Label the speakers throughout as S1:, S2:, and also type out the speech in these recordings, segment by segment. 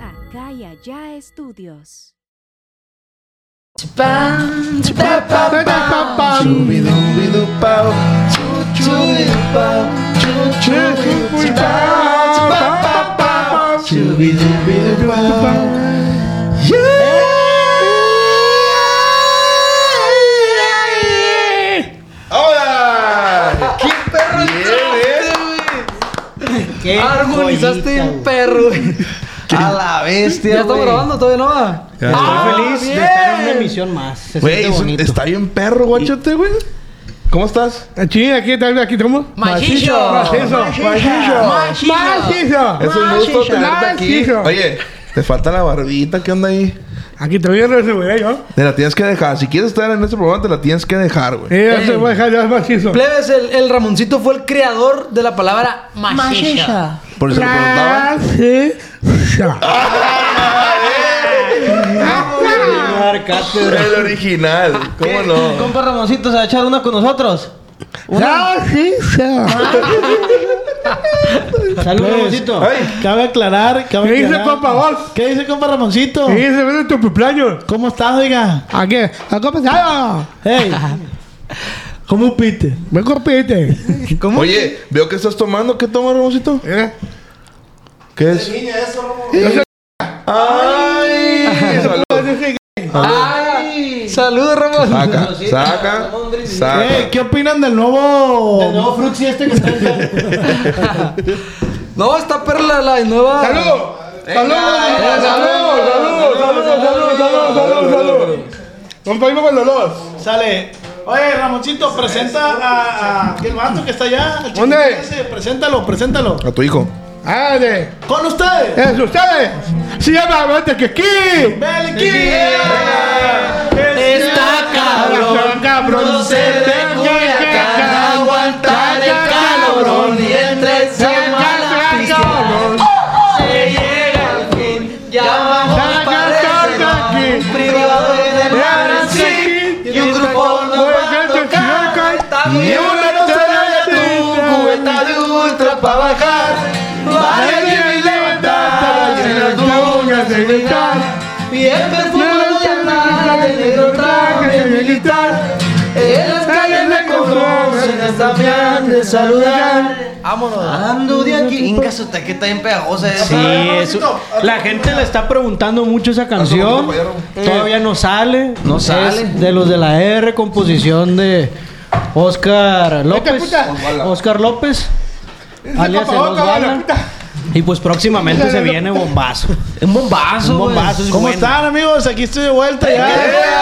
S1: Acá y allá estudios.
S2: Chubidubidupau, chu- chubidupau, chu- chubidupau, chupapapau, chubidubidupau. Yeah. ¡Hola! ¡Qué perro
S3: ¿Qué
S2: Armonizaste
S3: joyita,
S2: un perro, A la bestia,
S3: Ya estamos
S2: güey.
S3: grabando, todavía no va.
S2: Ya.
S3: Estoy
S2: Ah,
S3: feliz
S2: bien.
S3: de estar en una emisión más. Se
S2: Güey,
S3: siente
S2: es-
S3: bonito.
S2: está bien perro, guachote, güey. ¿Cómo estás?
S4: Sí, aquí estamos, aquí estamos.
S3: Machicho.
S4: Macizo,
S3: Machizo.
S4: macizo, macizo.
S2: Es un gusto tenerte aquí.
S4: Macizo.
S2: Oye, te falta la barbita, ¿qué onda ahí?
S4: Aquí te voy a resolver yo.
S2: Te la tienes que dejar. Si quieres estar en este programa, te la tienes que dejar, güey.
S4: Eh, se voy a dejar ya macizo.
S3: Plebes, el, el Ramoncito fue el creador de la palabra machicha.
S2: Por si lo preguntaban.
S4: Macizo.
S2: El original, ¿cómo no?
S3: Compa Ramoncito, ¿se va a echar una con nosotros?
S4: Macizo.
S5: Ah.
S3: Saludos, Ramoncito.
S2: Ay,
S5: Cabe aclarar, cabe
S4: ¿Qué dice,
S5: aclarar.
S4: compa, vos?
S5: ¿Qué dice compa Ramoncito?
S4: Sí, se ve tu cumpleaños.
S5: ¿Cómo estás, oiga?
S4: ¿A qué? ¿A qué pasado?
S5: Hey. ¿Cómo pite?
S4: Me ¿Eh? compite.
S3: ¿Cómo?
S2: oye, veo que estás tomando. ¿Qué tomas, Ramosito?
S4: ¿Eh?
S2: ¿Qué es? ¡Ay! Salud.
S3: Ay. Saludos, Ramón.
S2: Saca, saca,
S5: Hey,
S4: ¿Eh?
S2: saca.
S5: ¿qué opinan del nuevo?
S3: El nuevo
S5: Fruxy este que está
S3: No, está perla la nueva.
S2: ¡Salud!
S5: eh,
S3: Venga,
S2: ¡Salud! ¡Salud! ¡Salud! ¡Salud! ¡Salud!
S4: Compañero con los dos.
S5: Sale. Oye, Ramoncito, presenta a, a- el vato que está allá. el chiquitín
S4: ¿Dónde?
S5: ese. Preséntalo, preséntalo.
S2: A tu hijo.
S4: Ah, de.
S5: Con ustedes.
S4: Es ustedes. Se llama Vete que aquí.
S5: Belki.
S3: Está cabrón. No se le cuida aguantar el calobrón. Y entre semana la piscina. Se llega al fin. Llamamos para el salón, privado y de Brasil. Y un grupo no va a tocar. Y una no se de tu cubeta de ultra para bajar. Para el y levantar. Y las uñas de gritar. Bien perfumado y andar. El negro traje militar. En las calles me conocen, hasta me han de saludar. Vámonos. Ando de aquí. Inca su taqueta bien pegajosa. esa.
S6: Sí, eso. La gente le está preguntando mucho esa canción. Eh, Todavía no sale.
S3: No
S6: Es
S3: sale.
S6: de los de la R, composición de Oscar López.
S4: puta.
S6: Oscar López. Alias el Osbala. Y pues próximamente se viene bombazo.
S3: Un bombazo.
S6: Un bombazo,
S3: güey.
S6: es
S5: ¿Cómo
S6: bueno.
S5: están, amigos? Aquí estoy de vuelta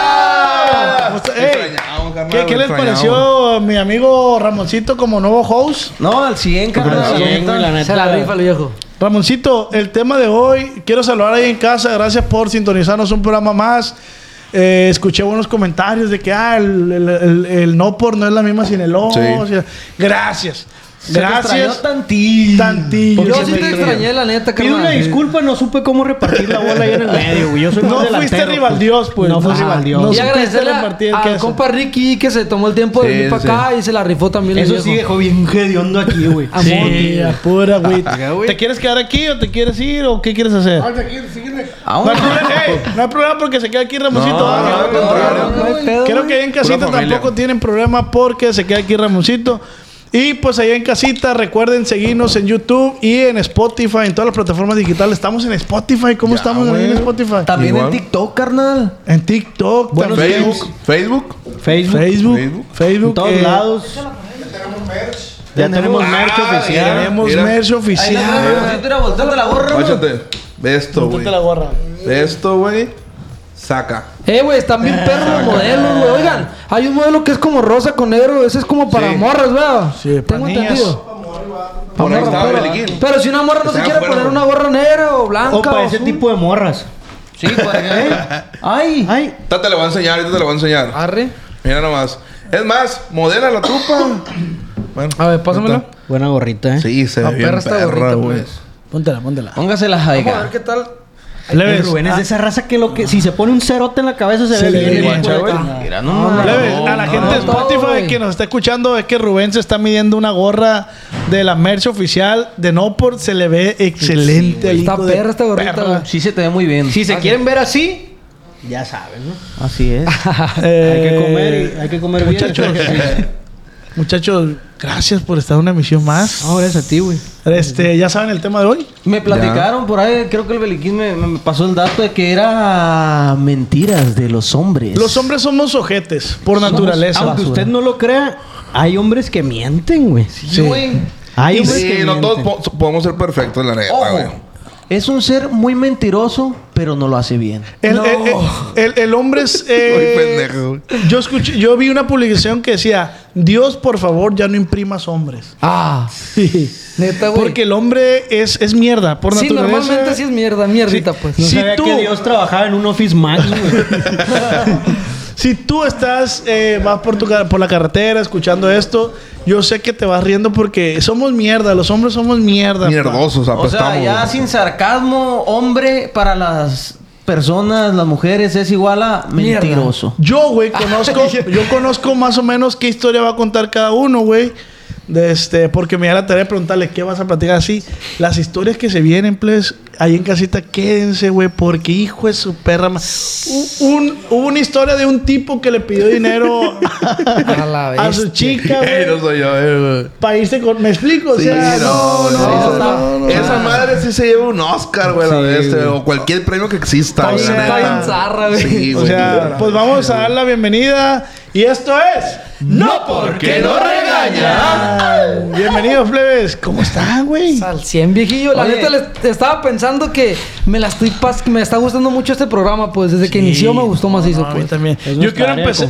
S5: ya. ¿Cómo está- Ey,
S2: Extrañamos, carnal,
S5: ¿Qué, qué les
S2: extrañamos.
S5: pareció mi amigo Ramoncito como nuevo host?
S3: No, al 100, carnal.
S6: Al 100, güey, la neta.
S3: Se la rifa el viejo.
S5: Ramoncito, el tema de hoy, quiero saludar ahí en casa, gracias por sintonizarnos un programa más. Eh, escuché buenos comentarios de que ah, el, el, el- el no por no es la misma Sinaloa.
S2: Sí.
S5: o sea, gracias. Gracias.
S6: tantillo.
S5: Tantillo.
S3: Yo
S5: Porque
S3: sí
S5: me
S3: te extrañé, la neta,
S6: Pido una
S3: carnal.
S6: disculpa, no supe cómo repartir la bola ahí en el medio, güey. Yo soy
S5: No
S6: más
S5: fuiste
S6: delantero,
S5: rival Dios, pues.
S6: No fui
S5: Ah,
S6: Rivaldiós.
S5: no
S3: Y
S5: supiste
S3: agradecerle
S5: repartir el
S3: a- al
S5: queso.
S3: compa Ricky que se tomó el tiempo de
S2: Sí,
S3: venir para
S2: sí.
S3: acá y se la rifó también. el
S6: Eso sí
S3: viejo.
S6: dejó bien hediondo aquí, güey.
S3: Amor.
S5: Sí, a pura, güey. ¿Te quieres quedar aquí o te quieres ir o qué quieres hacer? No hay problema, ey, no hay problema porque se queda aquí Ramoncito.
S2: Ah, No, no,
S5: Ah, no,
S2: no,
S5: no,
S2: no,
S5: no,
S3: no hay pedo,
S5: Creo
S3: güey.
S5: que ahí en casita
S2: Pura familia.
S5: tampoco tienen problema porque se queda aquí Ramoncito. Y pues allá en casita, recuerden seguirnos en YouTube y en Spotify, en todas las plataformas digitales. Estamos en Spotify. ¿Cómo
S2: Ya,
S5: estamos ahí
S2: güey.
S5: en Spotify?
S3: También en
S2: Igual.
S3: TikTok, carnal.
S5: En TikTok,
S3: Bueno,
S5: también.
S2: Facebook. Facebook.
S6: Facebook.
S5: Facebook,
S2: Facebook.
S5: Facebook,
S6: En todos
S5: eh,
S6: lados. Ya tenemos merch.
S2: Ah, mira,
S5: Tenemos
S2: mira.
S5: merch oficial.
S3: volteate la gorra.
S2: Guáchate. Ve esto, güey.
S5: Ponte la gorra.
S2: Ve esto, güey. Saca.
S3: Eh, güey, están bien perros los modelos, güey. Oigan, hay un modelo que es como rosa con negro. Ese es como para
S2: Sí.
S3: morras, ¿verdad?
S5: Sí, para
S3: Tengo
S5: niñas.
S3: entendido.
S2: Por ahí
S3: Morras,
S2: estaba
S3: pero-
S2: Beliquín.
S3: Pero si una morra no se
S2: Está
S3: quiere
S2: fuera,
S3: poner
S2: güey.
S3: una gorra negra o blanca.
S6: O para
S3: o
S6: ese
S3: azul.
S6: tipo de morras.
S7: Sí, pues, ¿eh? Ay.
S3: Ay,
S2: Ahorita te lo voy a enseñar, ahorita te lo voy a
S3: Ah.
S2: enseñar.
S7: Arre.
S2: Mira nomás. Es más, modera la trupa. Bueno,
S7: A ver, pásamelo.
S2: ahorita.
S3: buena gorrita, ¿eh?
S2: Sí, se
S7: La
S2: ve bien
S7: perra está
S2: perra,
S7: bonita,
S2: güey.
S7: pues.
S5: Póntela, póntela.
S3: Póngasela,
S7: Vamos a ver
S3: Jaiga.
S7: qué tal.
S3: El
S5: Leves.
S3: Eh, Rubén es de esa raza que lo que... Si se pone un cerote en la cabeza se,
S5: Se
S3: ve
S5: le ve
S3: bien.
S5: bien,
S3: hijo de
S7: chaval.
S3: tu- Mira, no, Ah, no,
S5: Leves,
S3: no,
S5: a la
S3: no,
S5: gente de
S3: no, no.
S5: Spotify
S7: güey.
S5: que nos está escuchando es que Rubén se está midiendo una gorra de la merch oficial de Noport. Se le ve excelente. al
S7: Está
S5: hijo de
S7: perra esta gorrita,
S5: perra.
S7: güey.
S3: Sí se te ve muy bien.
S7: Si se quieren ver así,
S3: Ya saben, ¿no? Así es. hay que
S5: Eh,
S3: comer, y- hay que comer bien.
S5: muchachos. Muchachos, gracias por estar en una emisión más.
S3: Ahora es a ti, güey.
S5: Este, ya saben el tema de hoy.
S3: Me platicaron por ahí, creo que el Beliquín me, me pasó el dato de que era mentiras de los hombres.
S5: Los hombres somos ojetes por naturaleza.
S3: Aunque
S5: Basura.
S3: usted no lo crea, hay hombres que mienten, güey.
S5: Sí.
S3: Hay hombres
S2: Sí,
S3: que
S2: no
S3: mienten.
S2: todos po- podemos ser perfectos, la neta, güey.
S3: Ojo, es un ser muy mentiroso, pero no lo hace bien.
S5: El, el- el- el- el hombre es. eh,
S2: Muy pendejo, güey.
S5: yo, escuché, yo vi una publicación que decía: Dios, por favor, ya no imprimas hombres.
S7: ah, neta, güey.
S5: Porque el hombre es, es mierda, por
S7: sí,
S5: naturaleza.
S7: normalmente sí es mierda, mierdita,
S5: Sí.
S7: pues.
S5: No
S3: si
S5: sabía
S3: tú...
S5: que Dios
S3: trabajaba en un Office Max,
S5: Si tú estás, eh, vas por, tu, ca- por la carretera escuchando esto, yo sé que te vas riendo porque somos mierda, los hombres somos mierda. pa.
S2: Mierdosos,
S3: O sea,
S2: apestamos.
S3: ya sin sarcasmo, hombre para las personas, las mujeres, es igual a mentiroso.
S5: Yo, güey, conozco, yo conozco más o menos qué historia va a contar cada uno, güey. De este, porque me da la tarea de preguntarle qué vas a platicar así. Las historias que se vienen, please, ahí en casita, quédense, güey, porque hijo es su perra. ma- U- un- hubo una historia de un tipo que le pidió dinero
S7: A la
S5: a
S7: vez.
S5: su chica,
S2: Ey, no
S5: güey.
S2: soy yo, eh, güey.
S5: Para irse con. ¿Me explico? O
S2: Sí,
S5: sea, no, no,
S2: sí,
S5: no,
S2: esa-
S5: no, no.
S2: Esa madre sí se lleva un Oscar, güey, la de este, o cualquier premio que exista, güey.
S5: Está
S2: la
S5: bien-
S2: neta.
S5: está bien
S7: zarra, güey.
S2: Sí,
S5: O
S2: güey.
S5: sea, pues vamos a dar la bienvenida. Y esto es. ¡No porque
S2: no
S5: regaña! Bienvenidos, plebes. ¿Cómo están, güey?
S7: Al 100, viejillo. La
S3: Oye.
S7: neta, les- estaba pensando que me la estoy pas me está gustando mucho este programa, pues. Desde que inició me gustó más
S5: No,
S7: eso,
S5: a mí
S7: pues.
S5: también. Yo quiero empezar.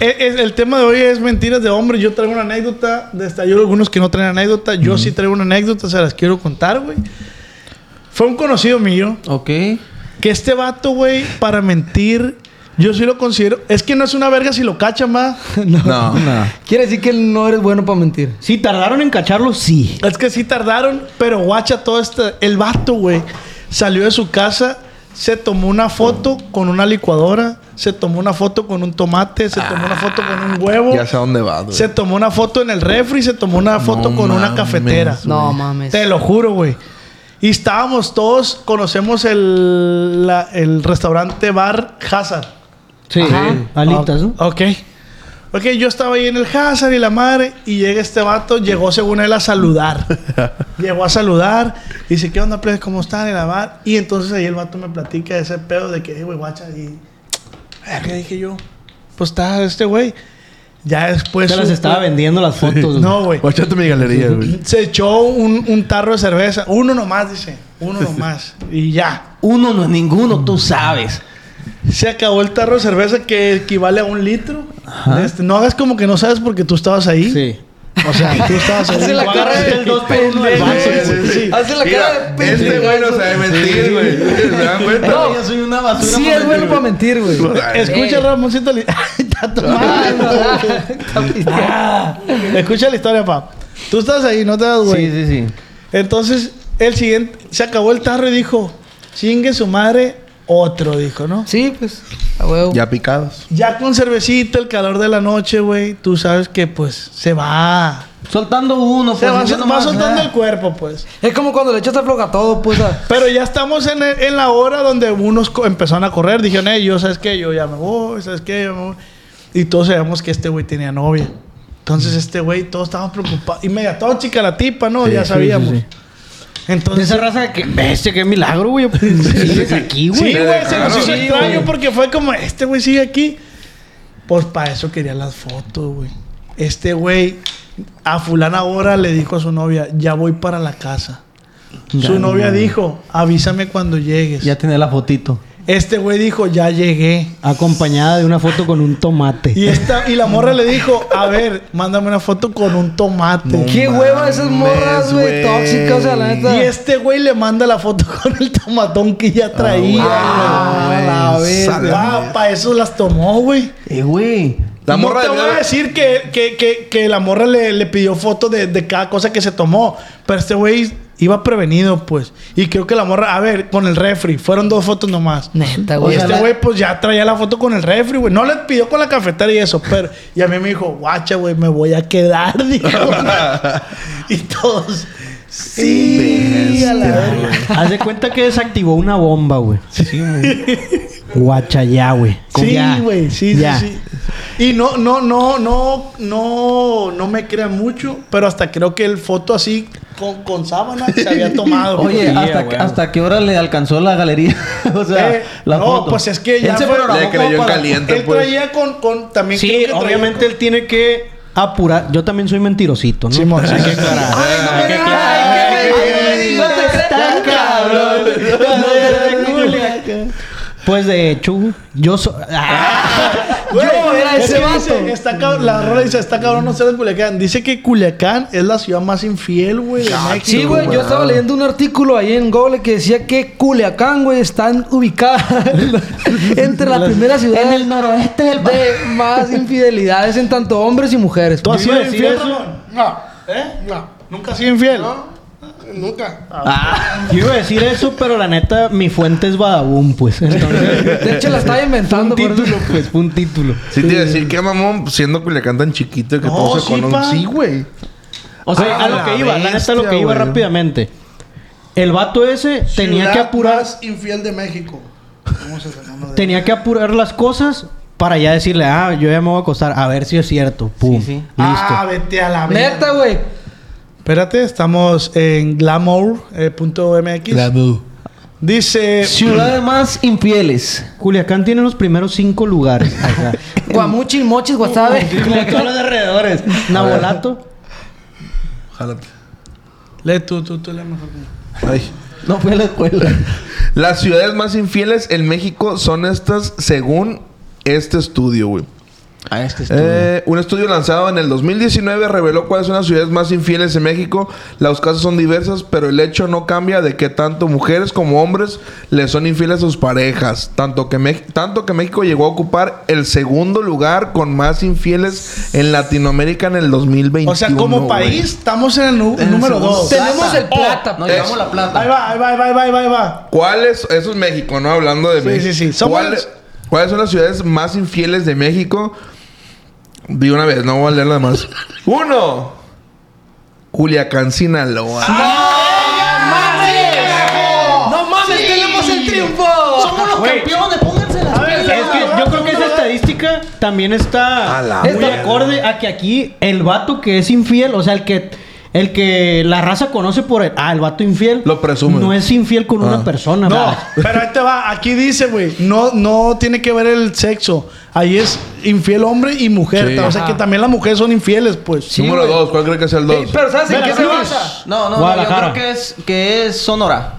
S5: Eh, es- el tema de hoy es mentiras de hombres. Yo traigo una anécdota. De esta, yo algunos que no traen anécdota. Yo sí traigo una anécdota. Se las quiero contar, güey. Fue un conocido mío
S3: Ok.
S5: que este vato, güey, para mentir, yo sí lo considero. Es que no es una verga si lo cachan, más.
S2: No.
S7: Quiere decir que no eres bueno para mentir.
S3: Si tardaron en cacharlo, sí.
S5: Es que sí tardaron, pero guacha todo este. El vato, güey, salió de su casa, se tomó una foto con una licuadora, se tomó una foto con un tomate, se tomó una foto con un huevo,
S2: Ya sé a dónde vas, güey.
S5: se tomó una foto en el refri, se tomó una foto con una
S2: mames,
S5: cafetera.
S7: No mames.
S5: Te lo juro, güey. Y estábamos todos, conocemos el, la- el restaurante bar Hazard.
S3: Sí. Alitas, ¿no?
S5: Ah, Ok. Ok, yo estaba ahí en el Hazard y la madre, y llega este vato, llegó según él a saludar. llegó a saludar, y dice, ¿qué onda, plebes? ¿Cómo están? Y la madre. Y entonces ahí el vato me platica de ese pedo de que, "Eh, güey, guacha, y. Verga, dije yo. Pues está este güey. Ya después.
S3: Se las
S5: supe-
S3: estaba vendiendo las fotos.
S5: No, güey.
S2: Guachate mi galería, güey.
S5: Se echó un, un tarro de cerveza. Uno nomás, dice. Uno nomás. y ya.
S3: Uno no es ninguno, tú sabes.
S5: Se acabó el tarro de cerveza que equivale a un litro. Este, no hagas como que no sabes porque tú estabas ahí. O sea, tú estabas ahí.
S7: Hace la
S5: Igual,
S7: cara
S5: el
S7: de
S5: dos por uno del
S7: pendejo.
S5: vaso, güey.
S2: Sí, sí, sí.
S7: Hace la cara de
S2: Este güey no sabe mentir, güey. ¿Se dan cuenta?
S7: No.
S3: Yo soy una basura.
S7: Sí,
S3: por
S7: es bueno para mentir, güey.
S5: Escucha,
S7: Ey.
S5: Ramoncito. li- Está tomando. Escucha la historia, pa. Tú estás ahí, no te das, güey.
S3: Sí, sí, sí.
S5: Entonces, el siguiente, se acabó el tarro y dijo, chingue su madre, otro, dijo, ¿no?
S7: Sí, pues. A huevo.
S2: Ya picados.
S5: Ya con cervecita, el calor de la noche, güey, tú sabes que, pues, se va.
S3: Soltando uno,
S5: Se va,
S3: pues, ya
S5: sol- va
S3: nomás,
S5: soltando
S3: ah.
S5: el cuerpo, pues.
S7: Es como cuando le echas la floja a todo, pues. a-
S5: Pero ya estamos en, el- en la hora donde unos co- empezaron a correr. Dijeron, "Ey, yo, ¿sabes qué? Yo ya me voy, ¿sabes qué? Yo me voy". Y todos sabíamos que este güey tenía novia. Entonces, este güey, todos estábamos preocupados. Y media tóxica la tipa, ¿no? ya sabíamos.
S3: De
S5: Entonces,
S3: esa raza que bestia, qué milagro, güey. Sigues aquí, güey.
S5: sí, güey, se nos
S2: dejaron.
S5: hizo
S2: Sí,
S5: extraño porque fue como, este güey sigue aquí. Pues para eso quería las fotos, güey. Este güey, a fulana ahora le dijo a su novia, ya voy para la casa. Su novia dijo, avísame cuando llegues.
S3: Ya tenía la fotito.
S5: Este güey dijo, ya llegué.
S3: Acompañada de una foto con un tomate.
S5: Y, esta, y la morra le dijo, a ver, mándame una foto con un tomate.
S4: Qué hueva esas morras,
S2: güey.
S4: güey. Tóxicas, o sea, la neta.
S5: Y este güey le manda la foto con el tomatón que ya traía.
S4: Ah,
S2: güey.
S4: la verga.
S5: Ah, para eso las tomó, güey.
S6: Eh, güey.
S2: La morra
S5: no te
S2: debió
S5: voy a
S2: haber-
S5: decir que, que, que, que la morra le, le pidió fotos de, de cada cosa que se tomó. Pero este güey iba prevenido, pues. Y creo que la morra, a ver, con el refri. Fueron dos fotos nomás.
S4: Neta,
S5: Y
S4: güey.
S5: este
S4: la-
S5: güey, pues ya traía la foto con el refri, güey. No le pidió con la cafetera y eso, pero. Y a mí me dijo, guacha, güey, me voy a quedar, dijo. y todos. Sí, a la verga.
S3: Haz de cuenta que desactivó una bomba, güey. Guachayá, güey. Con-
S5: Sí,
S3: ya.
S5: güey, sí, sí,
S3: Ya.
S5: sí. Y no, no, no, no, no, no me crean mucho, pero hasta creo que el foto así con, con sábana se había tomado.
S6: Oye,
S5: güey.
S6: hasta, ¿hasta qué hora le alcanzó la galería? o sea,
S5: Eh,
S6: la
S5: no,
S6: foto.
S5: pues es que ya
S6: Él se
S5: fue-
S6: programó
S2: Le creyó
S6: como
S2: en
S6: para-
S2: caliente,
S5: él
S2: pues.
S5: traía con, con también. creo
S3: Sí,
S5: que traía
S3: obviamente él tiene que apurar. Yo también soy mentirosito, ¿no?
S5: Simón, sí.
S3: Hay que aclarar.
S4: Ay, no me
S3: Hay que
S4: digas,
S3: aclarar.
S4: ay, qué
S6: Ay,
S4: me- no te creas tan cabrón.
S3: Pues de hecho, güey, yo soy.
S6: Ah,
S5: Güey,
S4: Yo era
S5: es
S4: ese
S5: que
S4: vato.
S5: dice, está cab- la rola dice, está cabrón no ser de Culiacán. Dice que Culiacán es la ciudad más infiel, güey, de México.
S4: Sí, güey, yo estaba leyendo un artículo ahí en Google que decía que Culiacán, güey, están ubicadas entre las primeras ciudades
S6: noroeste del
S4: de más infidelidades en tanto hombres y mujeres.
S5: ¿Tú has
S4: Yo
S5: sido
S4: iba a decir
S5: infiel,
S4: eso.
S5: Ramón?
S8: No,
S5: ¿Eh?
S8: no,
S5: ¿Nunca has sido infiel?
S8: nunca.
S3: Ah. Yo iba a decir eso, pero la neta, mi fuente es Badabun, pues. Entonces,
S4: De hecho, la estaba inventando.
S3: un
S4: por eso.
S3: título, pues, un título.
S2: Sí, te iba a decir que mamón, siendo Culiacán tan chiquito y que
S5: No,
S2: todos se
S5: sí,
S2: conocen.
S5: pa.
S2: Sí, güey.
S3: O sea, a lo que iba, la neta, a lo que iba rápidamente. El vato ese tenía
S5: Ciudad
S3: que apurar.
S5: más infiel de México. ¿Cómo se llama?
S3: Tenía que apurar las cosas para ya decirle, ah, yo ya me voy a acostar, a ver si es cierto. Pum.
S6: sí.
S3: Listo.
S5: Ah, vete a la verga.
S4: Neta, güey.
S5: Espérate, estamos en eh, glamour.mx. Dice.
S6: Ciudades más infieles.
S3: Culiacán tiene los primeros cinco lugares. Ajá.
S4: Guamuchil, mochis, guasabe.
S3: Como todos los alrededores. Nabolato.
S2: Jálate.
S5: Lee tú, tú, tú, lee mejor.
S2: Ay.
S6: No fue a la escuela.
S2: Las ciudades más infieles en México son estas según este estudio, güey.
S6: A este
S2: Eh, un estudio lanzado en el 2019 reveló cuáles son las ciudades más infieles en México. Los casos son diversos, pero el hecho no cambia de que tanto mujeres como hombres le son infieles a sus parejas. Tanto que, Mex- tanto que México llegó a ocupar el segundo lugar con más infieles en Latinoamérica en el 2021.
S5: O sea, como
S2: güey.
S5: país, estamos en el, nu-
S2: En el
S5: número
S2: segundo.
S5: 2.
S4: Tenemos el plata.
S6: No, llevamos la plata.
S5: Ahí va, ahí va, ahí va, ahí va, ahí va, ahí va.
S2: ¿Cuáles? Eso es México, ¿no? Hablando de
S5: Sí,
S2: México.
S5: sí, sí. Somos-
S2: ¿Cuáles, cuáles son las ciudades más infieles de México? Di una vez, no voy a leer la más. Uno. Culiacán, Sinaloa.
S4: ¡No mames, tenemos el triunfo!
S6: Somos los
S3: Güey.
S6: campeones, pónganse las pilas.
S3: Es que yo creo que esa estadística también está
S2: A la
S3: muy
S2: mierda.
S3: acorde a que aquí el vato que es infiel, o sea, el que el que la raza conoce por el, ah, el vato infiel.
S2: Lo presume.
S3: No es infiel con
S6: Ah.
S3: una persona,
S5: No,
S3: va.
S5: pero ahí te va. Aquí dice, güey, no, no tiene que ver el sexo. Ahí es infiel hombre y mujer.
S2: Sí.
S5: O sea, que también las mujeres son infieles, pues.
S2: Número dos. ¿Cuál cree que es el dos?
S4: Pero ¿sabes en qué se
S5: Veracruz.
S4: basa?
S6: No, no, no, yo
S3: Guadalajara.
S6: creo que es, que es Sonora.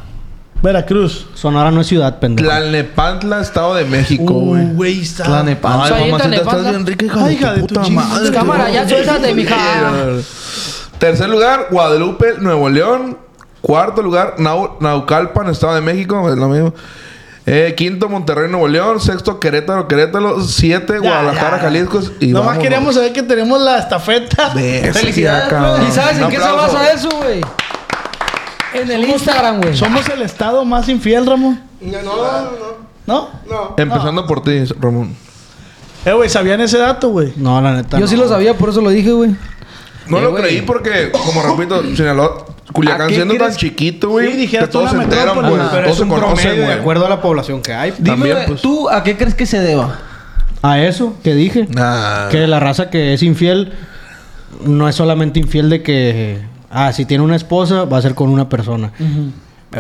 S5: Veracruz.
S3: Sonora no es ciudad, pendejo.
S2: Tlalnepantla, Estado de México, güey.
S5: Uh, güey, está.
S6: Tlanepan.
S2: Ay,
S4: Soy de
S2: mamacita,
S4: Tlalnepantla.
S2: estás bien rica, hija
S5: Ay,
S2: de
S5: hija
S2: tu
S5: de tu
S2: puta
S5: chingada.
S2: madre.
S4: Cámara, ya suéltate, mija.
S2: Ah. Tercer lugar, Guadalupe, Nuevo León. Cuarto lugar, Nau- Naucalpan, Estado de México. Es lo mismo. Eh, quinto, Monterrey, Nuevo León. Sexto, Querétaro, Querétaro. Siete, Guadalajara,
S5: ya.
S2: Jalisco. Y
S5: Nomás
S2: vámonos.
S5: queríamos saber que tenemos la estafeta.
S2: Bestia,
S6: Felicidades,
S2: cabrón.
S4: pues. ¿Y sabes en
S2: Un
S4: qué se
S2: aplauso.
S4: basa eso, güey? En el Instagram, güey.
S5: Somos el estado más infiel, Ramón.
S8: No, no, no,
S5: ¿No?
S8: no.
S2: Empezando por ti, Ramón.
S5: Eh, güey, ¿sabían ese dato, güey?
S3: No, la neta.
S4: Yo sí
S3: no. Ah,
S4: lo sabía, por eso lo dije, güey.
S2: No
S4: Eh,
S2: lo
S4: güey.
S2: creí porque, como repito, Sinaloa,
S5: ¿A
S2: Culiacán
S5: qué
S2: siendo tan
S5: crees?
S2: chiquito, güey.
S5: Sí, dijeras
S2: que
S5: tú
S2: todos se
S5: una
S2: enteran,
S5: metrópoli,
S2: pues.
S5: pero
S2: Todos se conocen,
S3: de
S2: güey.
S3: acuerdo a la población que hay.
S6: Dime,
S2: También,
S6: güey,
S2: pues.
S6: ¿tú a qué crees que se deba?
S3: A eso que dije.
S6: Ah.
S2: Nah.
S3: Que la raza que es infiel no es solamente infiel de que, ah, si tiene una esposa, va a ser con una persona.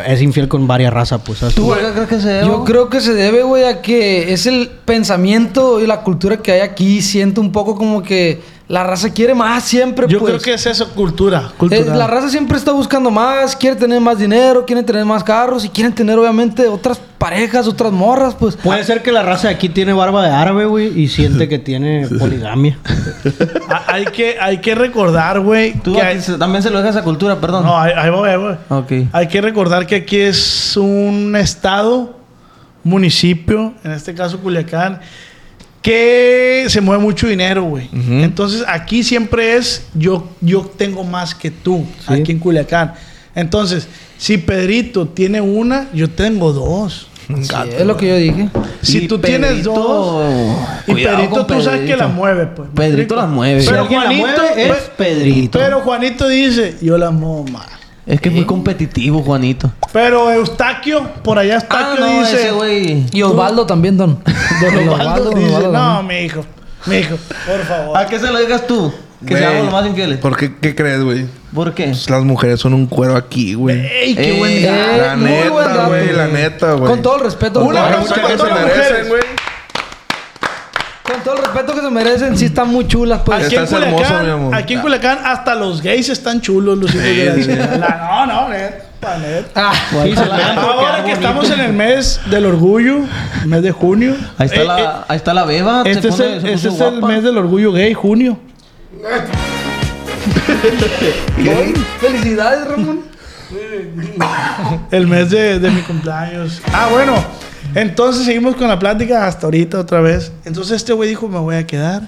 S3: Es infiel con varias razas, pues. ¿sabes?
S6: ¿Tú a qué crees que se deba?
S4: Yo creo que se debe, güey, a que es el pensamiento y la cultura que hay aquí. Siento un poco como que
S9: La raza quiere más siempre,
S5: Yo
S9: pues.
S5: creo que es eso, cultura.
S9: Eh,
S5: Cultural.
S9: la raza siempre está buscando más, quiere tener más dinero, quieren tener más carros y quieren tener obviamente otras parejas, otras morras, pues.
S6: Ah.
S3: Puede ser que la raza de aquí tiene barba de árabe, güey, y siente que tiene poligamia.
S5: Ha- hay, que, hay que recordar, güey.
S6: Tú
S5: que
S6: a
S5: hay-
S6: ti se- también se lo dejas a cultura, perdón.
S5: No, ahí, ahí voy, ahí voy.
S6: Ok.
S5: Hay que recordar que aquí es un estado, municipio, en este caso Culiacán, que se mueve mucho dinero, güey. Entonces aquí siempre es yo, yo tengo más que tú, aquí en Culiacán. Entonces, si Pedrito tiene una, yo tengo dos.
S9: Sí,
S6: Ah,
S9: es lo que yo dije.
S5: Si
S6: Y
S5: tú tienes
S6: Pedrito-
S5: dos y
S6: Cuidado
S5: Pedrito,
S6: con
S5: tú sabes que
S6: Pedrito.
S5: la mueve, pues. ¿me
S6: Pedrito
S5: explico?
S6: las mueve. Si
S5: Pero
S6: alguien la
S5: Juanito, pues,
S6: mueve, es
S5: pe-
S6: Pedrito.
S5: Pero Juanito dice, yo la muevo más.
S6: Es que es muy competitivo, Juanito.
S5: Pero Eustaquio, por allá
S6: Ah,
S5: Eustaquio
S6: no,
S5: Ah, dice.
S6: ese güey.
S9: Y Osvaldo también, don. Don
S5: Osvaldo dice, no,
S9: también.
S5: mi hijo, mi hijo, por favor.
S6: ¿A qué se lo digas tú? Que
S2: Güey,
S6: seamos los más infieles.
S2: ¿Por qué, qué crees, güey?
S6: ¿Por qué?
S2: Pues las mujeres son un cuero aquí, güey.
S5: Ey, qué
S6: Eh,
S5: buen dato.
S9: Eh,
S2: La
S9: muy buen
S2: neta,
S9: dato,
S2: güey. La
S9: güey.
S2: neta, güey.
S9: Con todo el respeto,
S2: Una
S9: Osvaldo,
S2: aplauso
S5: para
S2: que se
S5: todas las
S2: merecen,
S5: mujeres.
S2: güey.
S9: con todo el respeto que se merecen, sí están muy chulas, pues.
S5: Aquí en,
S2: Estás
S5: Culiacán,
S2: hermoso, mi amor.
S5: aquí en Culiacán hasta los gays están chulos, los hijos de la chingada. No, no, neta, neta.
S6: Ah,
S3: Sí, se la dan porque
S5: Ahora
S3: algo bonito.
S5: que estamos en el mes del orgullo, mes de junio.
S6: Ahí está,
S5: eh,
S6: la, ahí está la beba.
S5: eh,
S6: se
S5: este es
S6: pone-
S5: el,
S6: se
S5: este
S6: puso
S5: es el
S6: guapa.
S5: mes del orgullo gay, junio.
S9: Ay, Felicidades, Ramón.
S5: El mes de, de mi cumpleaños. Ah, bueno. Entonces seguimos con la plática hasta ahorita otra vez. Entonces este güey dijo, me voy a quedar.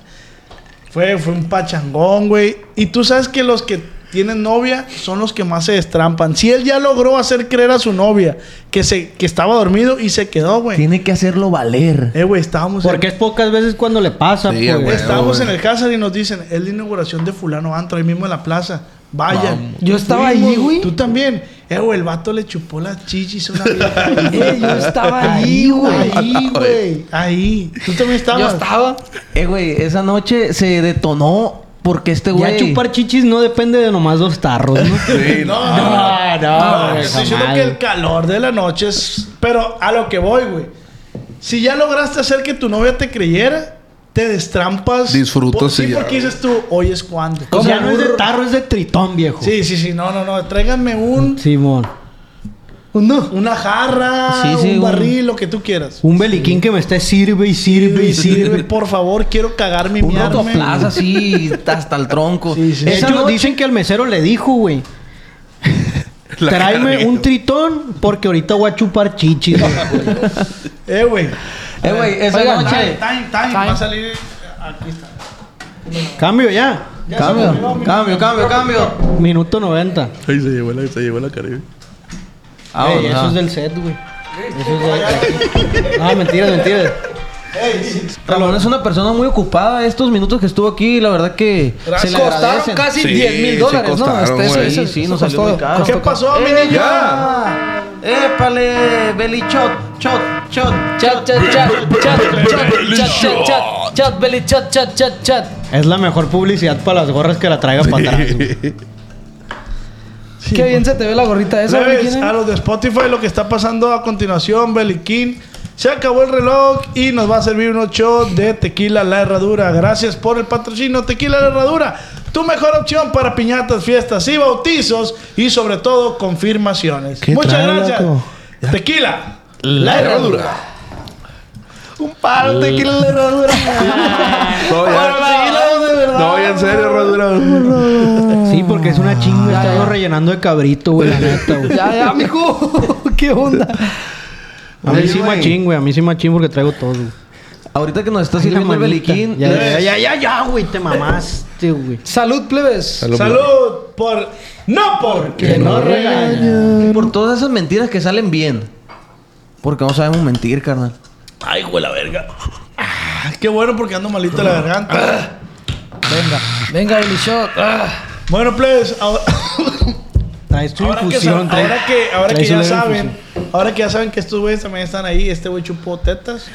S5: Fue, fue un pachangón, güey. Y tú sabes que los que tienen novia son los que más se destrampan. Si él ya logró hacer creer a su novia que, se, que estaba dormido y se quedó, güey.
S6: Tiene que hacerlo valer.
S5: Eh, güey, estábamos, en,
S3: Porque es pocas veces cuando le pasa,
S2: Sí,
S3: pues.
S2: güey.
S5: estábamos
S2: Bueno,
S5: en el Cázar y nos dicen, es la inauguración de fulano antro ahí mismo en la plaza. Vaya.
S9: Yo estaba allí, güey.
S5: Tú también. Eh, güey, el vato le chupó las chichis a una vieja.
S9: Eh, yo estaba allí, güey.
S5: Ahí, güey. Ahí. Tú también estabas.
S9: Yo estaba.
S6: Eh, güey, esa noche se detonó porque este
S3: Ya
S6: güey.
S3: chupar chichis no depende de nomás dos tarros, ¿no?
S2: Sí, no.
S3: no, no, güey,
S5: Estoy diciendo
S3: jamás.
S5: que el calor de la noche es. Pero a lo que voy, güey. Si ya lograste hacer que tu novia te creyera, te destrampas.
S2: Disfruto
S5: Por- Sí,
S2: ese
S5: porque
S2: ya.
S5: dices tú, hoy es cuando.
S3: O sea, no es de tarro, es de tritón, viejo.
S5: Sí, sí, sí. No, no, no. Tráiganme un.
S3: Simón.
S5: Una jarra,
S6: Sí, sí,
S5: un
S6: un-
S5: barril, lo que tú quieras.
S3: Un beliquín que me esté sirve y sirve
S5: Sirve,
S3: y
S5: sirve,
S3: sirve.
S5: por favor, quiero cagarme y
S6: Un
S5: miarme. Eh,
S6: rotoplas así hasta el tronco.
S5: Sí, sí.
S3: De
S6: Esa
S3: hecho,
S6: noche-
S3: dicen que el mesero le dijo, güey. Tráeme un tritón porque ahorita voy a chupar chichis. güey.
S5: Eh, güey.
S6: Eh, güey, esa
S9: Oigan,
S5: Time,
S6: noche.
S5: time, time. Va a salir. eh, Aquí está.
S3: Cambio ya.
S6: Cambio, cambio, cambio, cambio.
S3: Minuto 90.
S4: Ahí se llevó la, se llevó la Caribe.
S6: Ah,
S3: Ey, eso
S6: ah.
S3: es del set, güey. Eso es del No, mentiras, mentiras.
S6: Ramón es una persona muy ocupada. Estos minutos que estuvo aquí, la verdad que se le agradecen.
S9: Costaron casi
S2: Sí,
S9: 10 mil
S2: sí
S9: dólares, ¿no?
S2: costaron,
S9: Hasta eso,
S2: güey.
S9: eso-
S6: Sí, sí,
S9: eso
S6: nos salió
S9: costó-
S6: muy caro.
S9: costó-
S5: ¿Qué pasó, mi
S3: Eh,
S5: niño?
S6: ¡Ya! ¡Épale! ¡Belly shot! ¡Shot! ¡Shot!
S9: Chat, chat, chat, chat, chat, chat, chat, chat, chat, belly chat, chat, chat, chat.
S3: Es la mejor publicidad para las gorras que la traiga para atrás. güey.
S9: Qué bien se te ve la gorrita esa, güey.
S5: Leves
S9: ¿quién
S5: a
S9: es?
S5: los de Spotify lo que está pasando a continuación, Beliquín. Se acabó el reloj y nos va a servir un shot de Tequila La Herradura. Gracias por el patrocinio Tequila La Herradura. Tu mejor opción para piñatas, fiestas y bautizos y sobre todo confirmaciones.
S3: ¿Qué
S5: Muchas
S3: trae,
S5: gracias.
S3: loco?
S5: Tequila La Herradura.
S4: Un par de que la herradura.
S2: No, ya. No, ya en serio, herradura.
S3: Sí, porque es una
S6: Ah,
S3: chinga. Está yo rellenando de cabrito, güey, la neta, güey.
S9: Ya, ya, mijo. ¿Qué onda?
S3: A mí
S6: Oye,
S3: sí
S6: güey.
S3: machín, güey. A mí sí machín porque traigo todo. güey.
S6: Ahorita que nos está
S3: Ay, la
S6: sirviendo el
S3: manita.
S6: beliquín.
S3: Ya,
S6: le-
S3: ya, ya, ya, ya, güey. Te mamaste, güey.
S9: Salud, plebes.
S5: Salud por... No porque no regaña.
S6: Por todas esas mentiras que salen bien. Porque no sabemos mentir, carnal.
S5: Ay, güey, la verga. Ah, Qué bueno porque ando malito la garganta.
S9: Venga, venga, belly shot. Ah.
S5: Bueno, plebes, ahora,
S3: Traes tu
S5: ahora que,
S3: infusión.
S5: sa-
S3: traes-
S5: ahora que, ahora que
S3: traes
S5: ya
S3: una
S5: saben,
S3: infusión.
S5: ahora que ya saben que estos güeyes también están ahí, este güey chupó tetas.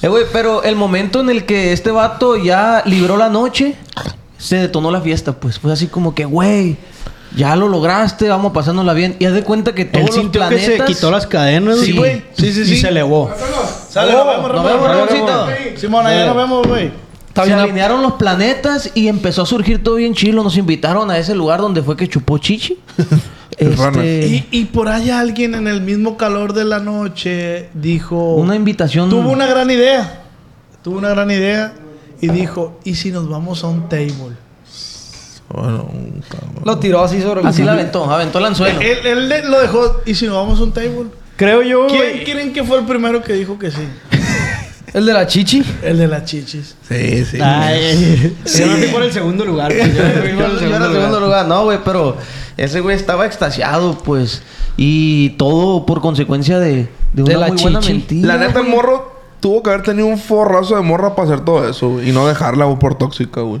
S6: Eh, güey, pero el momento en el que este vato ya libró la noche, se detonó la fiesta, pues. Fue así como que, güey, ya lo lograste, vamos pasándola bien. Y haz de cuenta que
S3: Él
S6: todos los
S3: sintió que
S6: planetas...
S3: se quitó las cadenas,
S6: Sí,
S3: güey.
S6: güey.
S3: Sí, sí, sí. Y se elevó.
S5: Sale, nos vemos,
S6: Nos vemos,
S5: Ramón.
S6: Ramoncito.
S5: Simón, allá nos vemos, güey.
S9: Está
S6: se
S9: bien la-
S6: alinearon los planetas y empezó a surgir todo bien chilo. Nos invitaron a ese lugar donde fue que chupó Chichi. Este,
S2: Ranas.
S5: Y, y por allá alguien en el mismo calor de la noche dijo...
S6: una invitación.
S5: Tuvo una gran idea. Tuvo una gran idea y dijo, ¿y si nos vamos a un table?
S2: Bueno, un cabrón.
S9: Lo tiró así sobre el-
S6: Así la aventó, aventó el anzuelo.
S5: Él, él le- lo dejó, ¿y si nos vamos a un table?
S9: Creo yo,
S5: ¿Quién
S9: güey,
S5: creen que fue el primero que dijo que sí?
S9: El de la chichi.
S5: El de las chichis.
S2: Sí, sí.
S3: Ay, Yo me fui por el segundo lugar. güey. Yo me fui
S6: Yo
S3: por el
S6: yo era
S3: segundo
S6: el segundo
S3: lugar.
S6: lugar, no, güey, pero ese güey estaba extasiado, pues. Y todo por consecuencia de, de una
S9: De la
S6: muy buena
S9: chichi.
S6: mentira.
S2: La neta, el
S6: güey.
S2: morro tuvo que haber tenido un forrazo de morra para hacer todo eso, güey. Y no dejarla, güey, por tóxica, güey.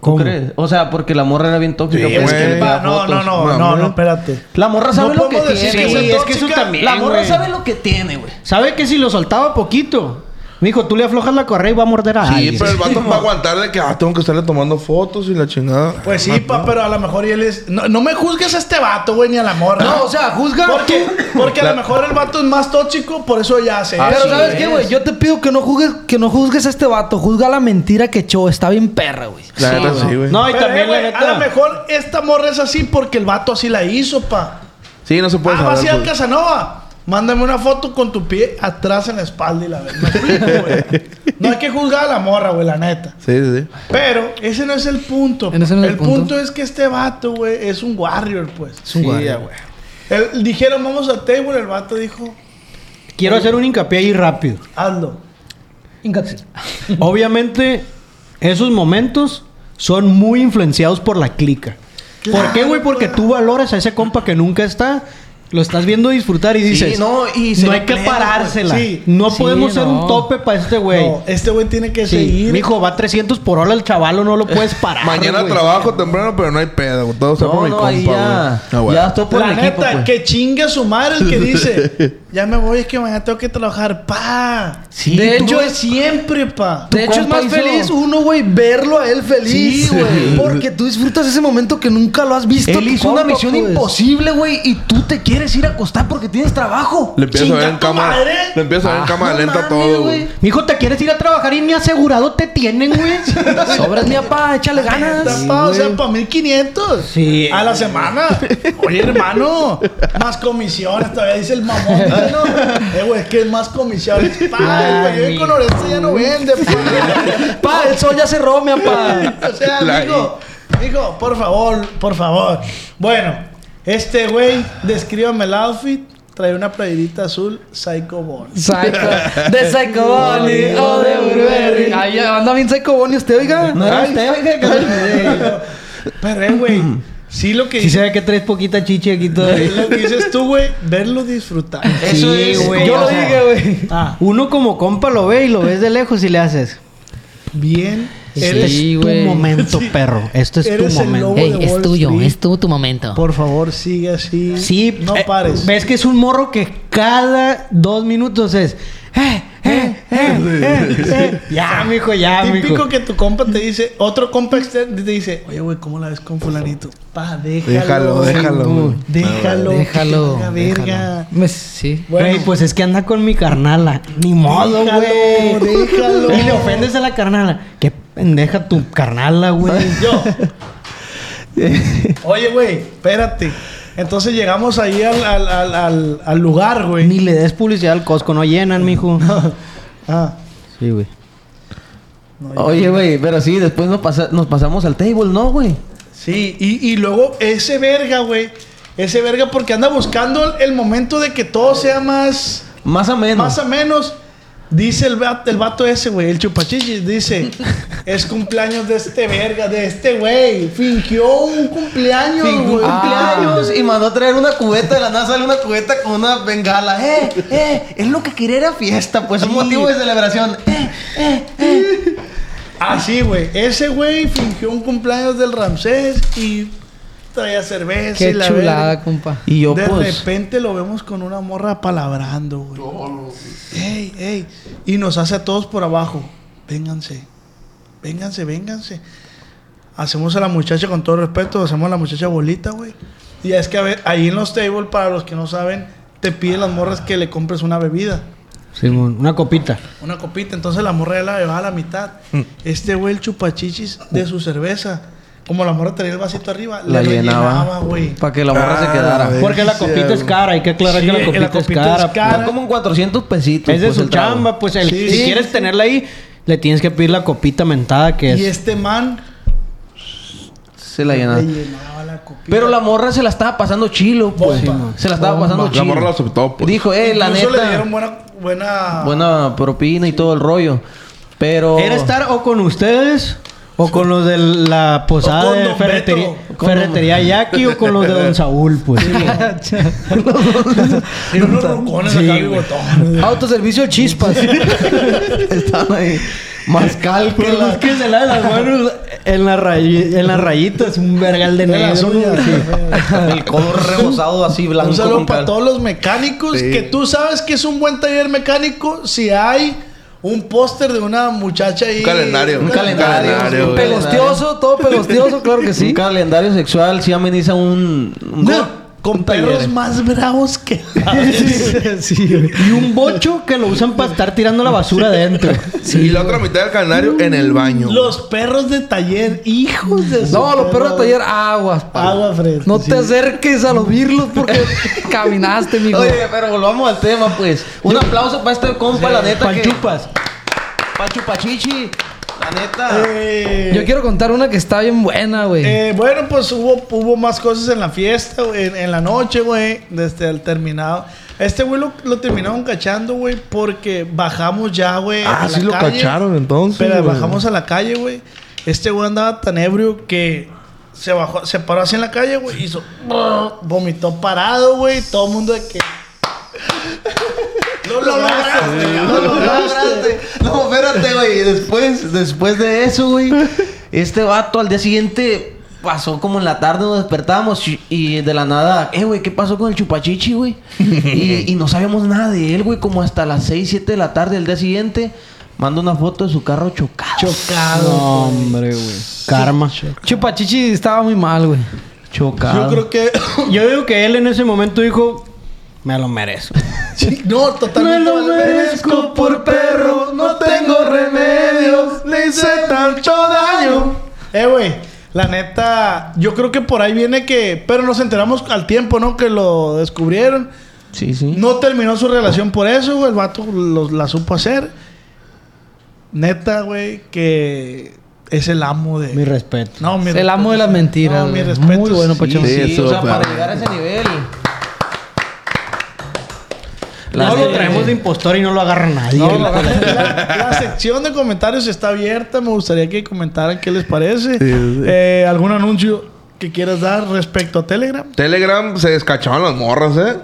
S6: ¿Tú
S3: ¿Cómo?
S6: crees? O sea, porque la morra era bien tóxica.
S2: Sí,
S6: pues,
S2: güey.
S6: que le
S5: Va,
S6: tiraba
S5: no, no,
S6: fotos.
S5: no, no,
S2: mamá.
S5: no, espérate.
S6: La morra
S5: No
S6: sabe lo que
S5: podemos decir
S6: tiene.
S5: que
S6: güey.
S5: sea
S6: es que eso
S5: tóxica.
S6: también. La morra
S3: güey.
S6: sabe lo que tiene, güey.
S3: ¿Sabe que si lo soltaba poquito? Me dijo, tú le aflojas la correa y va a morder a
S2: Sí,
S3: alguien.
S2: pero el vato va a aguantar de que, ah, tengo que estarle tomando fotos y la chingada.
S5: Pues sí, pa, pero a lo mejor y él es... No, no me juzgues a este vato, güey, ni a la morra.
S9: No, o sea, juzga.
S5: Porque,
S9: tú.
S5: porque a
S2: La-
S5: lo mejor el vato es más tóxico, por eso ya
S6: Ah,
S5: hace
S9: Pero
S5: eso.
S9: ¿sabes
S5: güey.
S9: qué, güey? Yo te pido que no juzgues, que no juzgues a este vato. Juzga la mentira que echó. Está bien perra, güey.
S2: La neta, sí, güey.
S3: No, y
S5: Pero,
S3: también
S5: eh,
S3: la
S5: güey, a lo
S3: neta.
S5: mejor esta morra es así porque el vato así la hizo, pa.
S2: Sí, no se
S6: Pues
S2: puede
S5: ah, va así
S2: saber. pues.
S5: al
S2: güey.
S5: Casanova. Mándame una foto con tu pie atrás en la espalda y la ves. Me explico, güey. No hay que juzgar a la morra, güey, la neta.
S2: Sí, sí, sí.
S5: Pero ese no es el punto.
S9: ¿En ese no es
S5: el
S9: el
S5: punto?
S9: punto?
S5: es que este vato, güey, es un warrior, pues.
S9: Es un guardia.
S5: El- dijeron, vamos a table. El vato dijo,
S3: Quiero hacer un hincapié ahí rápido.
S5: hazlo.
S9: Híncate.
S3: Obviamente, esos momentos son muy influenciados por la clica. ¿Por qué, güey? Porque tú valoras a ese compa que nunca está, lo estás viendo disfrutar y dices,
S6: no,
S3: no,
S6: y se ve
S3: hay que
S6: pleno,
S3: parársela.
S5: güey. Sí,
S3: no
S9: sí,
S3: podemos ser un
S9: no.
S3: tope para este güey.
S5: No, este güey tiene que
S3: Sí,
S5: seguir.
S3: mijo, va 300 por hora el chavalo, no lo puedes parar.
S2: Mañana
S3: güey.
S2: trabajo temprano, pero no hay pedo. güey. Todo está por
S6: No,
S2: mi
S6: no,
S2: compa,
S6: ahí
S2: güey.
S6: ya.
S2: Ah, güey.
S6: Ya estoy por
S5: la
S6: el
S5: neta,
S6: equipo, pues.
S5: que chingue a su madre el que dice, ya me voy, es que mañana tengo que trabajar, pa.
S6: Sí,
S5: de
S6: tú
S5: hecho
S6: ves-
S5: es siempre, pa.
S9: De hecho, es
S6: compa
S9: más
S6: hizo-
S9: feliz uno, güey, verlo a él
S6: Sí,
S9: feliz.
S6: güey.
S9: Porque tú disfrutas ese momento que nunca lo has visto. a
S6: Él
S9: tu
S6: hizo una
S9: compa,
S6: misión
S9: pues.
S6: imposible, güey, y tú te quieres ir a acostar porque tienes trabajo.
S2: Le empiezo a ver en
S5: Chinga tu
S2: cámara.
S5: madre.
S2: Le empiezo a ver en cámara
S6: no
S2: lenta
S6: mames, güey.
S2: todo, güey.
S3: Mijo, te quieres ir a trabajar y ni asegurado te tienen, güey.
S9: Sobres, mi papá, échale
S5: Neta,
S9: ganas.
S5: pa, o sea, pa 1500
S3: Sí.
S5: a la semana. Oye, hermano, más comisiones. Todavía dice el mamón. ¿no? Eh, güey, es que es más comisiones. Pa, el periódico con Orense ya no vende. Pa.
S9: Pa, el sol ya cerró, mi papá.
S5: O sea,
S2: La-
S5: amigo, amigo, por favor, por favor. Bueno, este güey, descríbame el outfit. Trae una playerita azul, Psycho Ball.
S9: Psycho. De Psycho Bonnie
S6: oh,
S9: o de Burberry. Ay, anda bien Psycho Bonnie usted, oiga.
S6: No era usted, oiga, que-
S5: Pero, eh, güey, sí lo que
S3: Si se
S5: dices,
S3: ve que traes poquita chichi aquí todavía.
S5: lo que dices tú, güey, verlo disfrutar.
S6: Eso
S3: Sí,
S6: es.
S3: güey,
S9: Yo
S6: como-
S9: lo
S3: o sea,
S9: dije, güey.
S5: Ah,
S3: Uno como compa lo ve y lo ves de lejos y le haces.
S5: bien.
S3: Este
S5: Eres,
S3: es tu
S9: güey.
S3: momento, perro. Este es tu
S5: Eres el
S3: momento.
S5: lobo.
S10: Ey,
S5: de
S10: es
S5: Wall
S10: tuyo,
S5: Street.
S10: es tu, tu momento.
S5: Por favor, sigue así.
S3: Sí,
S5: No
S3: eh,
S5: pares.
S3: Ves que es un morro que cada dos minutos es. "Eh, eh, eh, eh, eh". Ya, mijo, ya,
S5: Típico
S3: mijo.
S5: que tu compa te dice, otro compa externo te dice, oye, güey, ¿cómo la ves con fulanito? Pa, déjalo.
S2: Déjalo, déjalo, güey.
S5: Déjalo.
S10: Déjalo,
S5: que tenga
S10: déjalo.
S5: verga.
S9: Me- sí.
S3: Güey,
S5: Bueno.
S3: pues es que anda con mi carnala. Ni modo,
S5: Déjalo,
S3: güey.
S5: déjalo.
S3: Y le ofendes a la carnala. Qué pendeja tu carnala, güey.
S5: Yo. Oye, güey, espérate. Entonces llegamos ahí al, al, al, al, al lugar,
S3: Ni
S5: güey.
S3: le des publicidad al Costco, no llenan, mijo.
S5: Ah,
S3: Sí, güey.
S6: Oye, güey, pero sí, después nos, pasa- nos pasamos al table, ¿no, güey?
S5: sí, y, y luego ese verga, güey. Ese verga porque anda buscando el, el momento de que todo sea más...
S6: Más o menos.
S5: Más o menos, dice el vato, el vato ese, güey, el chupachichis, dice, es cumpleaños de este verga, de este güey. Fingió un cumpleaños, güey.
S6: cumpleaños y mandó a traer una cubeta de la NASA, una cubeta con una bengala. Eh, eh, es lo que quería era fiesta, pues un motivo de celebración. Eh, eh, eh.
S5: Así, Ah, güey. Ese güey fingió un cumpleaños del Ramsés y traía cerveza y
S9: Qué
S5: la
S9: chulada,
S5: verga.
S9: compa.
S6: Y yo,
S5: de
S6: pues.
S5: repente lo vemos con una morra palabrando, güey. Ey, ey. Y nos hace a todos por abajo. Vénganse. Vénganse, vénganse. Hacemos a la muchacha con todo respeto, hacemos a la muchacha bolita, güey. Y es que a ver, ahí en los tables, para los que no saben, te piden las morras que le compres una bebida,
S3: Simón, una copita.
S5: una copita. Entonces la morra ya la llevaba a la mitad.
S6: Mm.
S5: Este güey, el chupachichis de su cerveza. Como la morra tenía el vasito arriba,
S6: La
S5: le
S6: llenaba.
S5: güey. Ah,
S6: Para que la morra se quedara.
S2: güey.
S3: Porque la copita es cara, hay que aclarar
S5: Sí,
S3: que la copita, es cara.
S5: cara.
S6: Como en 400 pesitos.
S3: Es de
S6: pues,
S3: su
S6: el trago.
S3: chamba, pues el-
S5: Sí,
S3: si
S5: sí,
S3: quieres
S5: sí.
S3: tenerla ahí, le tienes que pedir la copita mentada que es.
S5: Y este man
S6: Se la
S5: le
S6: llenaba.
S5: llenaba la copita.
S6: Pero la morra se la estaba pasando chilo, pues.
S5: Bomba.
S6: Se la estaba pasando
S2: La
S6: chilo.
S2: morra lo aceptó, pues.
S6: Dijo, eh, la
S5: Incluso le dieron
S6: neta.
S5: buena, buena,
S6: Buena propina y todo el rollo. Pero.
S3: Era estar o con ustedes o con los de la
S5: O
S3: posada
S5: con
S3: de
S5: Don
S3: ferretería,
S5: Beto.
S3: Con ferretería Yaqui o con los de Don Saúl, pues.
S5: Y unos rocones
S3: Sí,
S5: acá
S3: güey.
S5: bigotones.
S9: Autoservicio chispas.
S6: Estaban ahí. Más
S3: Pero
S6: cálculo.
S3: es que se la de las manos en la, rayi- en la rayita, es un vergal de
S5: De las
S3: negro.
S5: uñas,
S3: güey.
S6: El codo rebosado así blanco.
S5: Un saludo
S6: con
S5: para
S6: cal-
S5: todos los mecánicos
S2: Sí.
S5: que tú sabes que es un buen taller mecánico si hay un póster de una muchacha ahí.
S2: Un calendario.
S6: Un calendario.
S2: calendario,
S6: Un
S2: güey.
S9: pelostioso, todo pelostioso, claro que
S6: Un
S9: sí.
S6: calendario sexual sí ameniza un. un-
S5: No, con
S6: un taller.
S5: perros más bravos que.
S3: Sí, güey. y un bocho que lo usan para estar tirando la basura adentro.
S2: y la otra mitad del calendario en el baño.
S5: los perros de taller, hijos de su
S9: No, los perros
S5: perra.
S9: de taller, aguas, pa.
S5: Agua fresca.
S9: No
S5: sí.
S9: te acerques a los birlos porque caminaste, mijo.
S6: Oye, pero volvamos al tema, pues. Un aplauso para este compa, la neta. que-
S3: Panchupas.
S6: Pa' Chupachichi. La neta.
S5: Eh,
S9: Yo quiero contar una que está bien buena, güey.
S5: Eh, bueno, pues hubo, hubo más cosas en la fiesta, güey, en, en la noche, güey, desde el terminado. Este güey lo, lo terminaron cachando, güey, porque bajamos ya, güey.
S2: Ah,
S5: a la
S2: sí lo
S5: calle.
S2: cacharon entonces.
S5: Pero
S2: güey.
S5: bajamos a la calle, güey. Este güey andaba tan ebrio que se bajó, se paró así en la calle, güey, hizo. Vomitó parado, güey. Todo el mundo de que. Lo lograste, lo lograste.
S6: No, espérate, güey. Después, después de eso, güey. Este vato al día siguiente pasó como en la tarde, nos despertamos y- y de la nada, eh, güey, ¿qué pasó con el chupachichi, güey? Y, y no sabíamos nada de él, güey, como hasta las 6, 7 de la tarde del día siguiente. Manda una foto de su carro chocado.
S3: No, hombre, güey. Karma.
S9: Chupachichi estaba muy mal, güey.
S6: chocado.
S5: Yo creo que.
S3: Yo digo que él en ese momento dijo, me lo merezco.
S5: No, totalmente. vale verga.
S6: por perro, no
S2: tengo remedios,
S6: le hice tanto daño.
S5: Eh, güey. La neta, yo creo que por ahí viene que. Pero nos enteramos al tiempo, ¿no? Que lo descubrieron.
S6: Sí, sí.
S5: No terminó su relación por eso, güey. El vato los- la supo hacer. Neta, güey, que es el amo de.
S3: Mi respeto.
S5: No, mi
S9: El amo de las mentiras.
S5: No, mi
S9: güey.
S5: respeto.
S9: Muy bueno, Pacho.
S2: Sí,
S6: Sí,
S2: eso,
S6: o sea, para
S2: claro.
S6: llegar a ese nivel. La
S3: No lo
S6: neta,
S3: traemos de
S6: güey.
S3: impostor y no lo agarra nadie.
S5: No, la, la- la sección de comentarios está abierta. Me gustaría que comentaran qué les parece. Eh, ¿Algún anuncio que quieras dar respecto a Telegram?
S2: Telegram se descachaban las morras, ¿eh?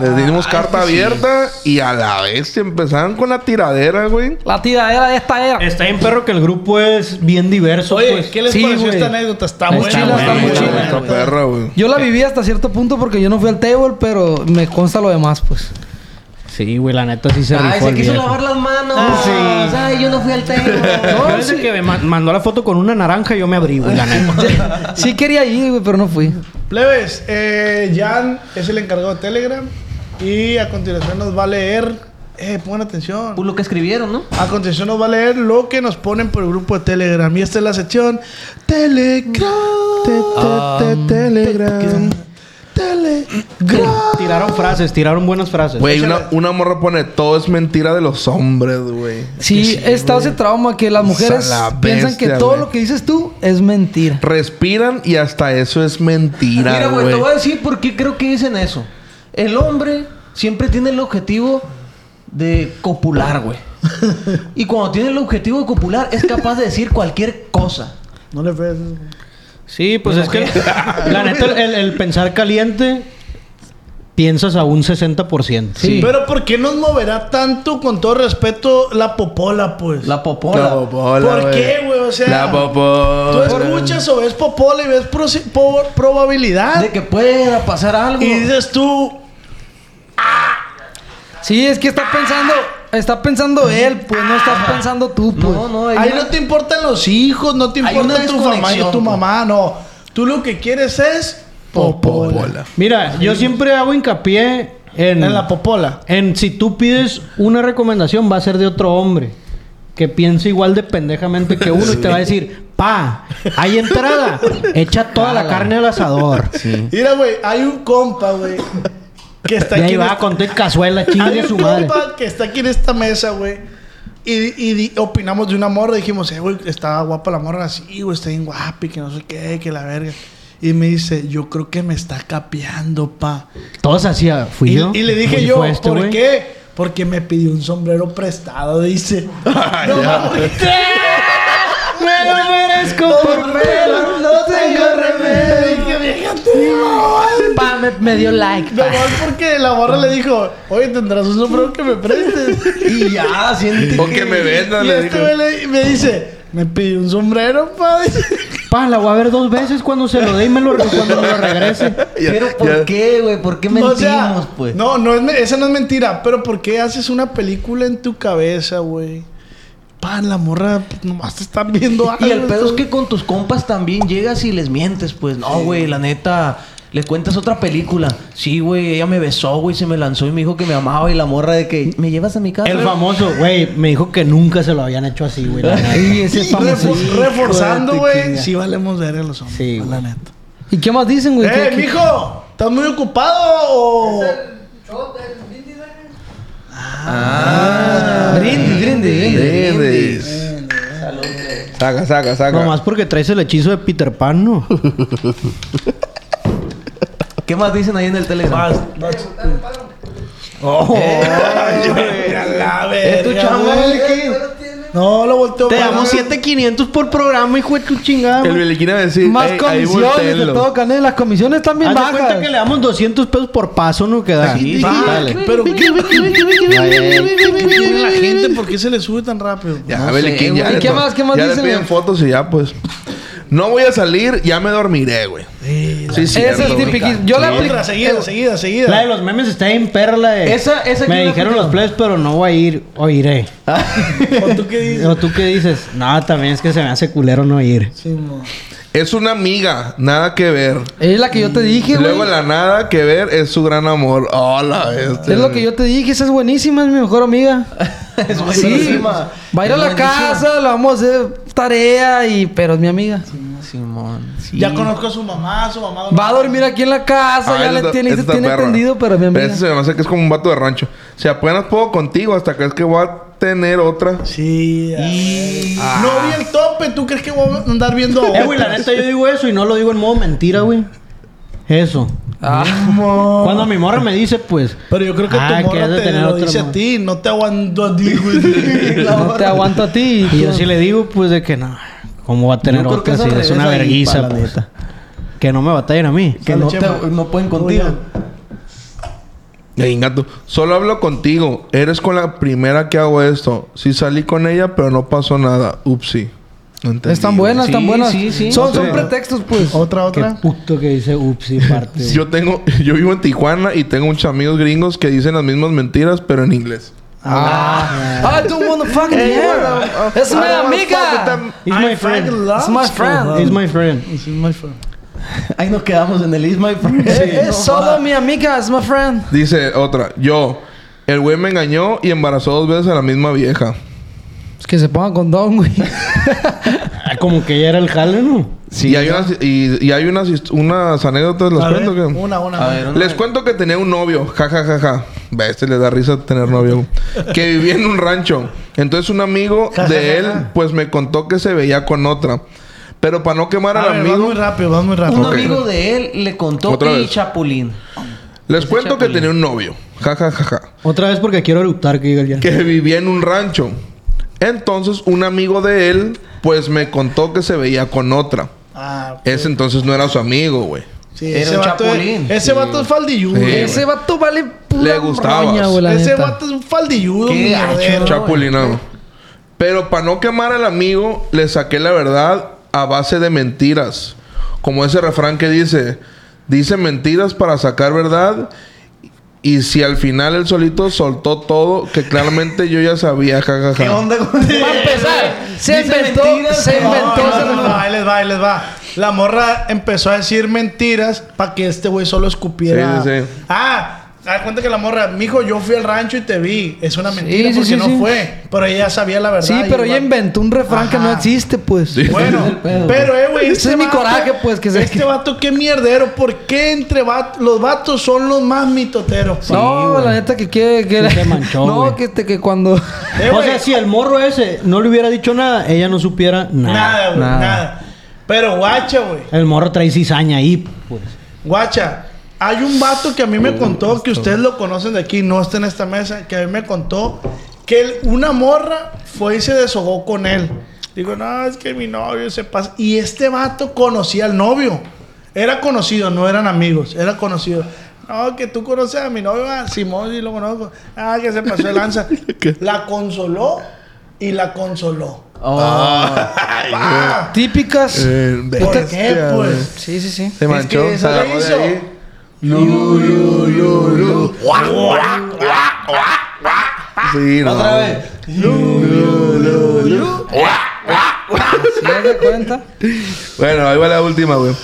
S2: Les dimos carta abierta y a la vez se empezaron con la tiradera, güey.
S9: La tiradera de esta era.
S3: Está bien perro que el grupo es bien diverso,
S5: Oye,
S3: pues.
S5: ¿qué les
S9: sí,
S5: pareció
S9: güey.
S5: esta anécdota? Está
S9: Está
S5: buena.
S9: chila,
S5: güey.
S9: está muy
S5: Está
S9: chila.
S5: buena.
S2: Nuestra perra, güey.
S9: Yo la viví hasta cierto punto porque yo no fui al table, pero me consta lo demás, pues.
S3: Sí, güey, la neta sí se
S6: Ay,
S3: rifó
S6: se
S3: el
S6: quiso
S3: viejo.
S6: lavar las manos.
S9: Ah,
S3: Sí.
S6: Ay, yo no fui al table.
S3: No, desde Eh, que me ma- mandó la foto con una naranja yo me abrí, güey, la neta.
S9: Sí quería ir, güey, pero no fui.
S5: Plebes, eh, Jan es el encargado de Telegram. Y a continuación nos va a leer. Eh, pongan atención.
S6: Pues lo que escribieron, ¿no?
S5: A continuación nos va a leer lo que nos ponen por el grupo de Telegram. Y esta es la sección Telegram.
S2: Ah,
S5: Telegram. Telegram.
S3: tiraron frases, tiraron buenas frases.
S2: Güey, una, una morra pone, todo es mentira de los hombres, güey.
S9: Sí, he estado ese trauma que las mujeres
S2: A la
S9: piensan que
S2: bestia,
S9: todo
S2: güey.
S9: lo que dices tú es mentira.
S2: Respiran y hasta eso es mentira,
S6: Mira, güey, te voy a
S2: güey.
S6: decir por qué creo que dicen eso. El hombre siempre tiene el objetivo de copular, güey. Y cuando tiene el objetivo de copular, es capaz de decir cualquier cosa.
S5: No le ves.
S3: Sí, pues es que la neta el, el pensar caliente piensas a un 60%.
S6: Sí.
S5: Pero ¿por qué nos moverá tanto, con todo respeto, la popola, pues?
S6: La popola.
S5: ¿Por qué, güey? O sea,
S2: La popola.
S5: tú escuchas o ves popola y ves prosi- po- probabilidad.
S6: De que pueda pasar algo.
S5: Y dices tú,
S9: Sí, es que está pensando, está pensando él, pues no estás pensando tú, pues.
S6: Ah. no, no,
S5: ahí no te importan los hijos, no te
S6: Hay
S5: importa
S6: una
S5: tu mamá y
S6: desconexión,
S5: tu
S6: po.
S5: mamá, no. Tú lo que quieres es popola.
S3: Mira, yo siempre hago hincapié en,
S5: En la popola.
S3: en si tú pides una recomendación va a ser de otro hombre que piensa igual de pendejamente que uno y te va a decir, pa, hay entrada, echa toda la carne al asador.
S5: Mira, güey, hay un compa, güey, que está
S3: Y Mm.
S5: aquí.
S3: ahí
S5: en
S3: va
S5: esta-
S3: con tu cazuela,
S5: Hay
S3: chingue
S5: un
S3: su madre.
S5: compa que está aquí en esta mesa, güey. Y, y di- opinamos de una morra. Dijimos, eh, güey, está guapa la morra así, güey, está bien guapa y que no sé qué, que la verga. Y me dice, yo creo que me está capeando, pa.
S3: Todos hacía, fui
S5: Y,
S3: yo.
S5: y le dije
S3: fui-
S5: yo,
S3: fue este,
S5: ¿por
S3: güey".
S5: qué? Porque me pidió un sombrero prestado, dice. no, mames.
S3: Me lo merezco por
S5: Pero no tengo remedio. Dije, "Vieja, te mamón".
S6: Pa, me, me dio like. pa.
S5: Nomás porque la morra le dijo, oye, tendrás un sombrero que me prestes.
S6: Y ya, siente
S2: O que me vendan,
S5: Y
S2: le
S5: este
S2: digo.
S5: güey le- me dice, me pidió un sombrero, padre.
S3: Pa, la voy a ver dos veces cuando se lo dé y me lo, cuando me lo regrese.
S2: Ya-
S6: Pero ¿por
S2: ya-
S6: qué, güey? ¿Por qué
S5: O
S6: mentimos,
S5: sea,
S6: pues?
S5: No, no es, me- esa no es mentira. Pero ¿por qué haces una película en tu cabeza, güey? Pan, la morra pues, nomás te están viendo algo.
S6: Y el pedo es
S5: güey.
S6: que con tus compas también llegas y les mientes, pues. No, güey, la neta. Le cuentas otra película. Sí, güey, ella me besó, güey, se me lanzó y me dijo que me amaba y la morra de que me llevas a mi casa.
S3: El famoso, güey, me dijo que nunca se lo habían hecho así, güey. la neta.
S9: Sí, ese es famoso.
S5: Refor- reforzando,
S9: Hijo de tu
S5: güey.
S9: chinga.
S5: Sí valemos ver a los hombres,
S3: Sí,
S5: la
S3: güey.
S5: neta.
S9: ¿Y qué más dicen, güey? ¿Qué-
S5: ¡Eh,
S9: qué-
S5: mijo! ¿Estás muy ocupado o...?
S9: Brindis, brindis, brindis.
S2: Brindis. Saca, saca, saca.
S3: Nomás porque traes el hechizo de Peter Pan, ¿no?
S6: ¿Qué más dicen ahí en el Telegram?
S3: Eh,
S5: Es tu chamba, No, lo volteo
S3: Te
S5: para
S3: damos
S5: acá.
S3: 7500 por programa, hijo de tu chingada.
S2: El Beliquín va a decir,
S9: Más
S2: "Ey, ahí
S9: comisiones de
S2: voltéenlo".
S9: todo, Canel. Las comisiones están bien
S3: Haz de cuenta
S9: bajas.
S3: que le damos 200 pesos por paso, ¿no? Que da.
S5: Sí,
S3: Va,
S5: sí,
S3: dale.
S5: Pero ¿qué tiene la gente? ¿Por qué se le sube tan rápido?
S2: Ya,
S6: No
S2: Beliquín,
S6: sé,
S2: ya.
S6: güey.
S2: le
S9: ¿Qué
S2: to-
S9: más- qué más
S2: ya le
S9: dicen,
S2: piden
S9: güey?
S2: fotos y ya, pues. No voy a salir, ya me dormiré, güey. Sí, sí.
S9: Esa es típica. Yo la
S5: Otra, seguida,
S9: apliqué.
S5: seguida, seguida.
S3: La de los memes está en perla. eh.
S6: Esa- esa que
S3: Me
S6: yo la
S3: dijeron
S6: aplico.
S3: los plebes, pero no voy a ir. O iré.
S5: ¿O tú qué dices?
S3: ¿O tú qué dices? No, también es que se me hace culero no ir.
S2: Es una amiga, nada que ver.
S9: Es la que yo te
S2: Y
S9: dije,
S2: luego
S9: güey.
S2: la nada que ver es su gran amor. Hola, este.
S9: Es lo que yo te dije. Esa es buenísima, es mi mejor amiga.
S6: Es
S9: Sí.
S6: buenísima.
S9: Va a ir a
S6: Es
S9: la
S6: buenísima.
S9: casa, la vamos a hacer tarea y... Pero es mi amiga.
S6: Simón. sí.
S5: Ya conozco a su mamá, su mamá.
S9: Va a dormir aquí en la casa,
S2: Ah,
S9: ya
S2: esa
S9: le
S2: está-
S9: tiene,
S2: esa
S9: se
S2: está
S9: tiene
S2: perra.
S9: entendido, pero mi amiga.
S2: Pero ese se me hace que es como un vato de rancho. Si apenas puedo contigo, hasta crees que voy a tener otra.
S5: Sí. Ah. No vi el tope. ¿Tú crees que voy a andar viendo a
S3: Eh, güey, la
S5: otras?
S3: neta yo digo eso y no lo digo en modo mentira, güey. Eso.
S9: Ah.
S3: Cuando mi morra me dice, pues.
S5: Pero yo creo que
S3: Ah,
S5: tu
S3: que
S5: morra
S3: has de
S5: te
S3: tener
S5: lo
S3: otra
S5: dice a
S3: morra.
S5: ti. No te aguanto a ti, güey. La
S9: No te
S5: morra.
S9: aguanto a ti.
S3: Y yo sí le digo, pues, de que no. ¿Cómo va a tener
S6: Yo creo que es
S3: otra si
S6: al
S3: es
S6: revés
S3: una
S6: ahí, pa,
S3: verguiza,
S6: la
S3: pues?
S6: neta.
S3: Que no me batallen a mí.
S6: Que
S5: Sale,
S6: no, te-
S5: Chema.
S6: no pueden contigo.
S2: Ey, gato, solo hablo contigo. Eres con la primera que hago esto. Sí salí con ella, pero no pasó nada. Upsi. No entendí,
S9: Están
S2: güey.
S9: buenas, están
S6: Sí,
S9: buenas.
S6: sí, sí.
S9: Son,
S6: No
S9: son
S2: sé.
S9: pretextos, pues.
S5: Otra,
S3: Qué
S5: otra.
S3: puto que dice ups y parte. güey.
S2: Yo tengo, yo vivo en Tijuana y tengo muchos amigos gringos que dicen las mismas mentiras, pero en inglés.
S9: Ah, I don't wanna fucking
S5: Oh,
S9: hear. Es mi
S5: ah,
S9: amiga.
S3: It's my friend.
S9: It's my friend.
S3: It's Ah, my friend.
S6: Ahí nos quedamos en el Is My Friend.
S9: Es,
S6: No,
S9: es solo
S6: va.
S9: mi amiga, es my friend.
S2: Dice otra, yo, el güey me engañó y embarazó dos veces a la misma vieja.
S9: Es que se pongan condón, güey.
S3: Ah, como que ya era el jale, ¿no?
S2: y hay unas, y, y hay unas, hist- unas anécdotas, ¿las
S5: A ver,
S2: cuento que?
S5: una, una.
S6: A ver, una-
S2: Les cuento que tenía un novio, ja, ja, ja, ja. Ve, a Este le da risa tener novio. que vivía en un rancho. Entonces un amigo
S5: Ja, ja, ja,
S2: de él,
S5: ja.
S2: pues me contó que se veía con otra. Pero para no quemar
S5: A
S2: al
S5: ver, vas
S2: amigo,
S5: muy rápido, vas muy rápido.
S6: Un
S2: Ok.
S6: amigo de él le contó
S2: Otra
S6: y
S2: vez.
S6: Chapulín.
S2: les cuento que tenía un novio, ja, ja, ja, ja.
S3: Otra vez porque quiero eructar que diga ya.
S2: que vivía en un rancho. Entonces un amigo de él, pues me contó que se veía con otra.
S5: Ah,
S2: Ese entonces no era su amigo, güey.
S5: Sí,
S6: Era
S5: ese
S6: un
S5: vato, es,
S6: chapulín.
S5: ese
S2: Sí,
S5: vato es
S2: güey.
S5: faldilludo.
S2: Sí,
S9: Ese vato vale pura
S2: Le gustabas.
S9: roña, güey, la
S5: Ese
S9: neta.
S5: vato es un faldilludo,
S6: Qué
S5: mierdero.
S6: gacho, chap-
S2: Chapulinado. Pero para no quemar al amigo, le saqué la verdad a base de mentiras. Como ese refrán que dice, dice mentiras para sacar verdad. Y si al final él solito soltó todo, que claramente yo ya sabía, jajaja.
S6: ¿Qué onda con
S9: Para empezar, se
S6: Dice
S9: inventó,
S6: mentiras,
S9: se
S6: no,
S9: inventó.
S5: no,
S9: ese
S5: no, no,
S9: refrán.
S5: ahí les va, ahí les va. La morra empezó a decir mentiras para que este güey solo escupiera.
S2: Sí, sí, sí.
S5: Ah, da cuenta que la morra, mijo, yo fui al rancho y te vi. Es una mentira
S9: sí,
S5: porque
S9: sí,
S5: no
S9: sí.
S5: fue. Pero ella sabía la verdad.
S9: Sí,
S5: y
S9: pero
S5: el
S9: ella
S5: vato-
S9: inventó un refrán que no
S5: Ajá.
S9: existe, pues.
S5: Bueno,
S9: Ese es el pedo,
S5: pero eh, güey,
S9: Ese
S5: este
S9: es mi
S5: vato-
S9: coraje, pues, que se-
S5: Este vato, qué mierdero. ¿Por qué entre vatos? Los vatos son los más mitoteros. pa?
S9: No, la neta que que, que-
S3: Sí se manchó,
S9: No,
S3: güey.
S9: que, te- que cuando
S5: Eh,
S3: o
S5: güey,
S3: sea, si el morro ese no le hubiera dicho nada, ella no supiera nada.
S5: Nada, güey, nada.
S9: nada.
S5: Pero guacha, güey.
S3: El morro trae cizaña ahí, pues.
S5: Guacha, hay un vato que a mí me contó, que ustedes lo conocen de aquí, no está en esta mesa, que a mí me contó que él- una morra fue y se desahogó con él. Digo, no, es que mi novio se pasa. Y este vato conocía al novio. Era conocido, no eran amigos, era conocido. No, que tú conoces a mi novio, a Simón, y lo conozco. Ah, que se pasó de lanza. La consoló y la consoló. Ah,
S9: típicas
S2: Eh,
S5: ¿Por
S2: bestia,
S5: qué,
S2: güey.
S5: pues?
S9: Sí, sí, sí.
S2: Se manchó,
S5: que
S2: se
S5: eso
S2: agarró
S5: le
S2: de
S5: hizo.
S2: ahí. Lu, lu, lu, lu. Sí, no.
S6: Otra vez.
S9: ¿Sí das de cuenta?
S2: Bueno, ahí va la última, güey.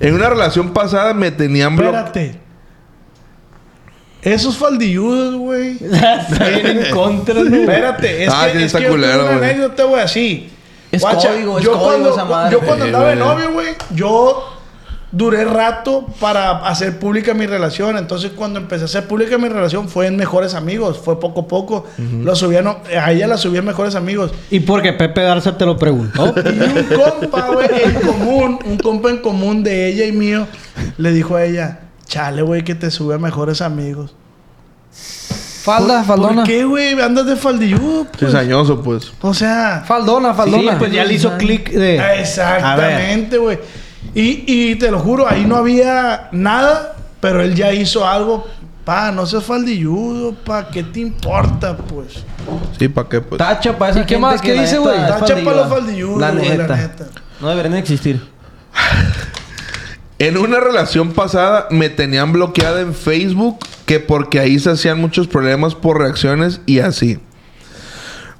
S2: En una relación pasada me tenían bloqueado.
S5: Espérate. Esos faldilludos, güey.
S3: en contra,
S5: Espérate, es
S2: Ah,
S5: que,
S2: sí,
S5: es
S2: está
S5: que yo tengo
S2: culero,
S5: una
S2: güey.
S5: anécdota, güey, así.
S6: Es
S5: Guacha,
S6: código, es
S5: yo
S6: código
S5: cuando,
S6: esa madre.
S5: Yo cuando
S3: Eh,
S2: Sí,
S5: andaba de
S2: güey.
S5: novio, güey, yo duré rato para hacer pública mi relación. Entonces, cuando empecé a hacer pública mi relación, fue en Mejores Amigos. Fue poco a poco. Lo subí a, no- a ella la subí en Mejores Amigos.
S3: Y porque Pepe Garza te lo preguntó.
S5: Y un compa, güey, en común, un compa en común de ella y mío, le dijo a ella, chale, güey, que te sube a mejores amigos.
S9: Falda, faldona.
S5: ¿Por qué, güey? Andas de faldilludo, pues.
S2: Cizañoso, pues.
S5: O sea,
S9: Faldona,
S3: Sí,
S9: faldona.
S3: pues ya le hizo clic de.
S5: exactamente, güey. Y, y te lo juro, ahí no había nada, pero él ya hizo algo. Pa, no seas faldilludo, pa, ¿qué te importa, pues?
S2: Sí, ¿para qué, pues?
S6: Tacha para esa
S9: ¿Y qué
S6: gente
S9: más?
S6: que
S9: ¿Qué
S6: la
S9: dice,
S6: neta
S9: güey?
S6: es
S5: Tacha pa' los faldilludos,
S6: La
S5: güey,
S6: neta.
S5: la neta.
S6: No deberían existir.
S2: En una relación pasada me tenían bloqueada en Facebook que porque ahí se hacían muchos problemas por reacciones y así.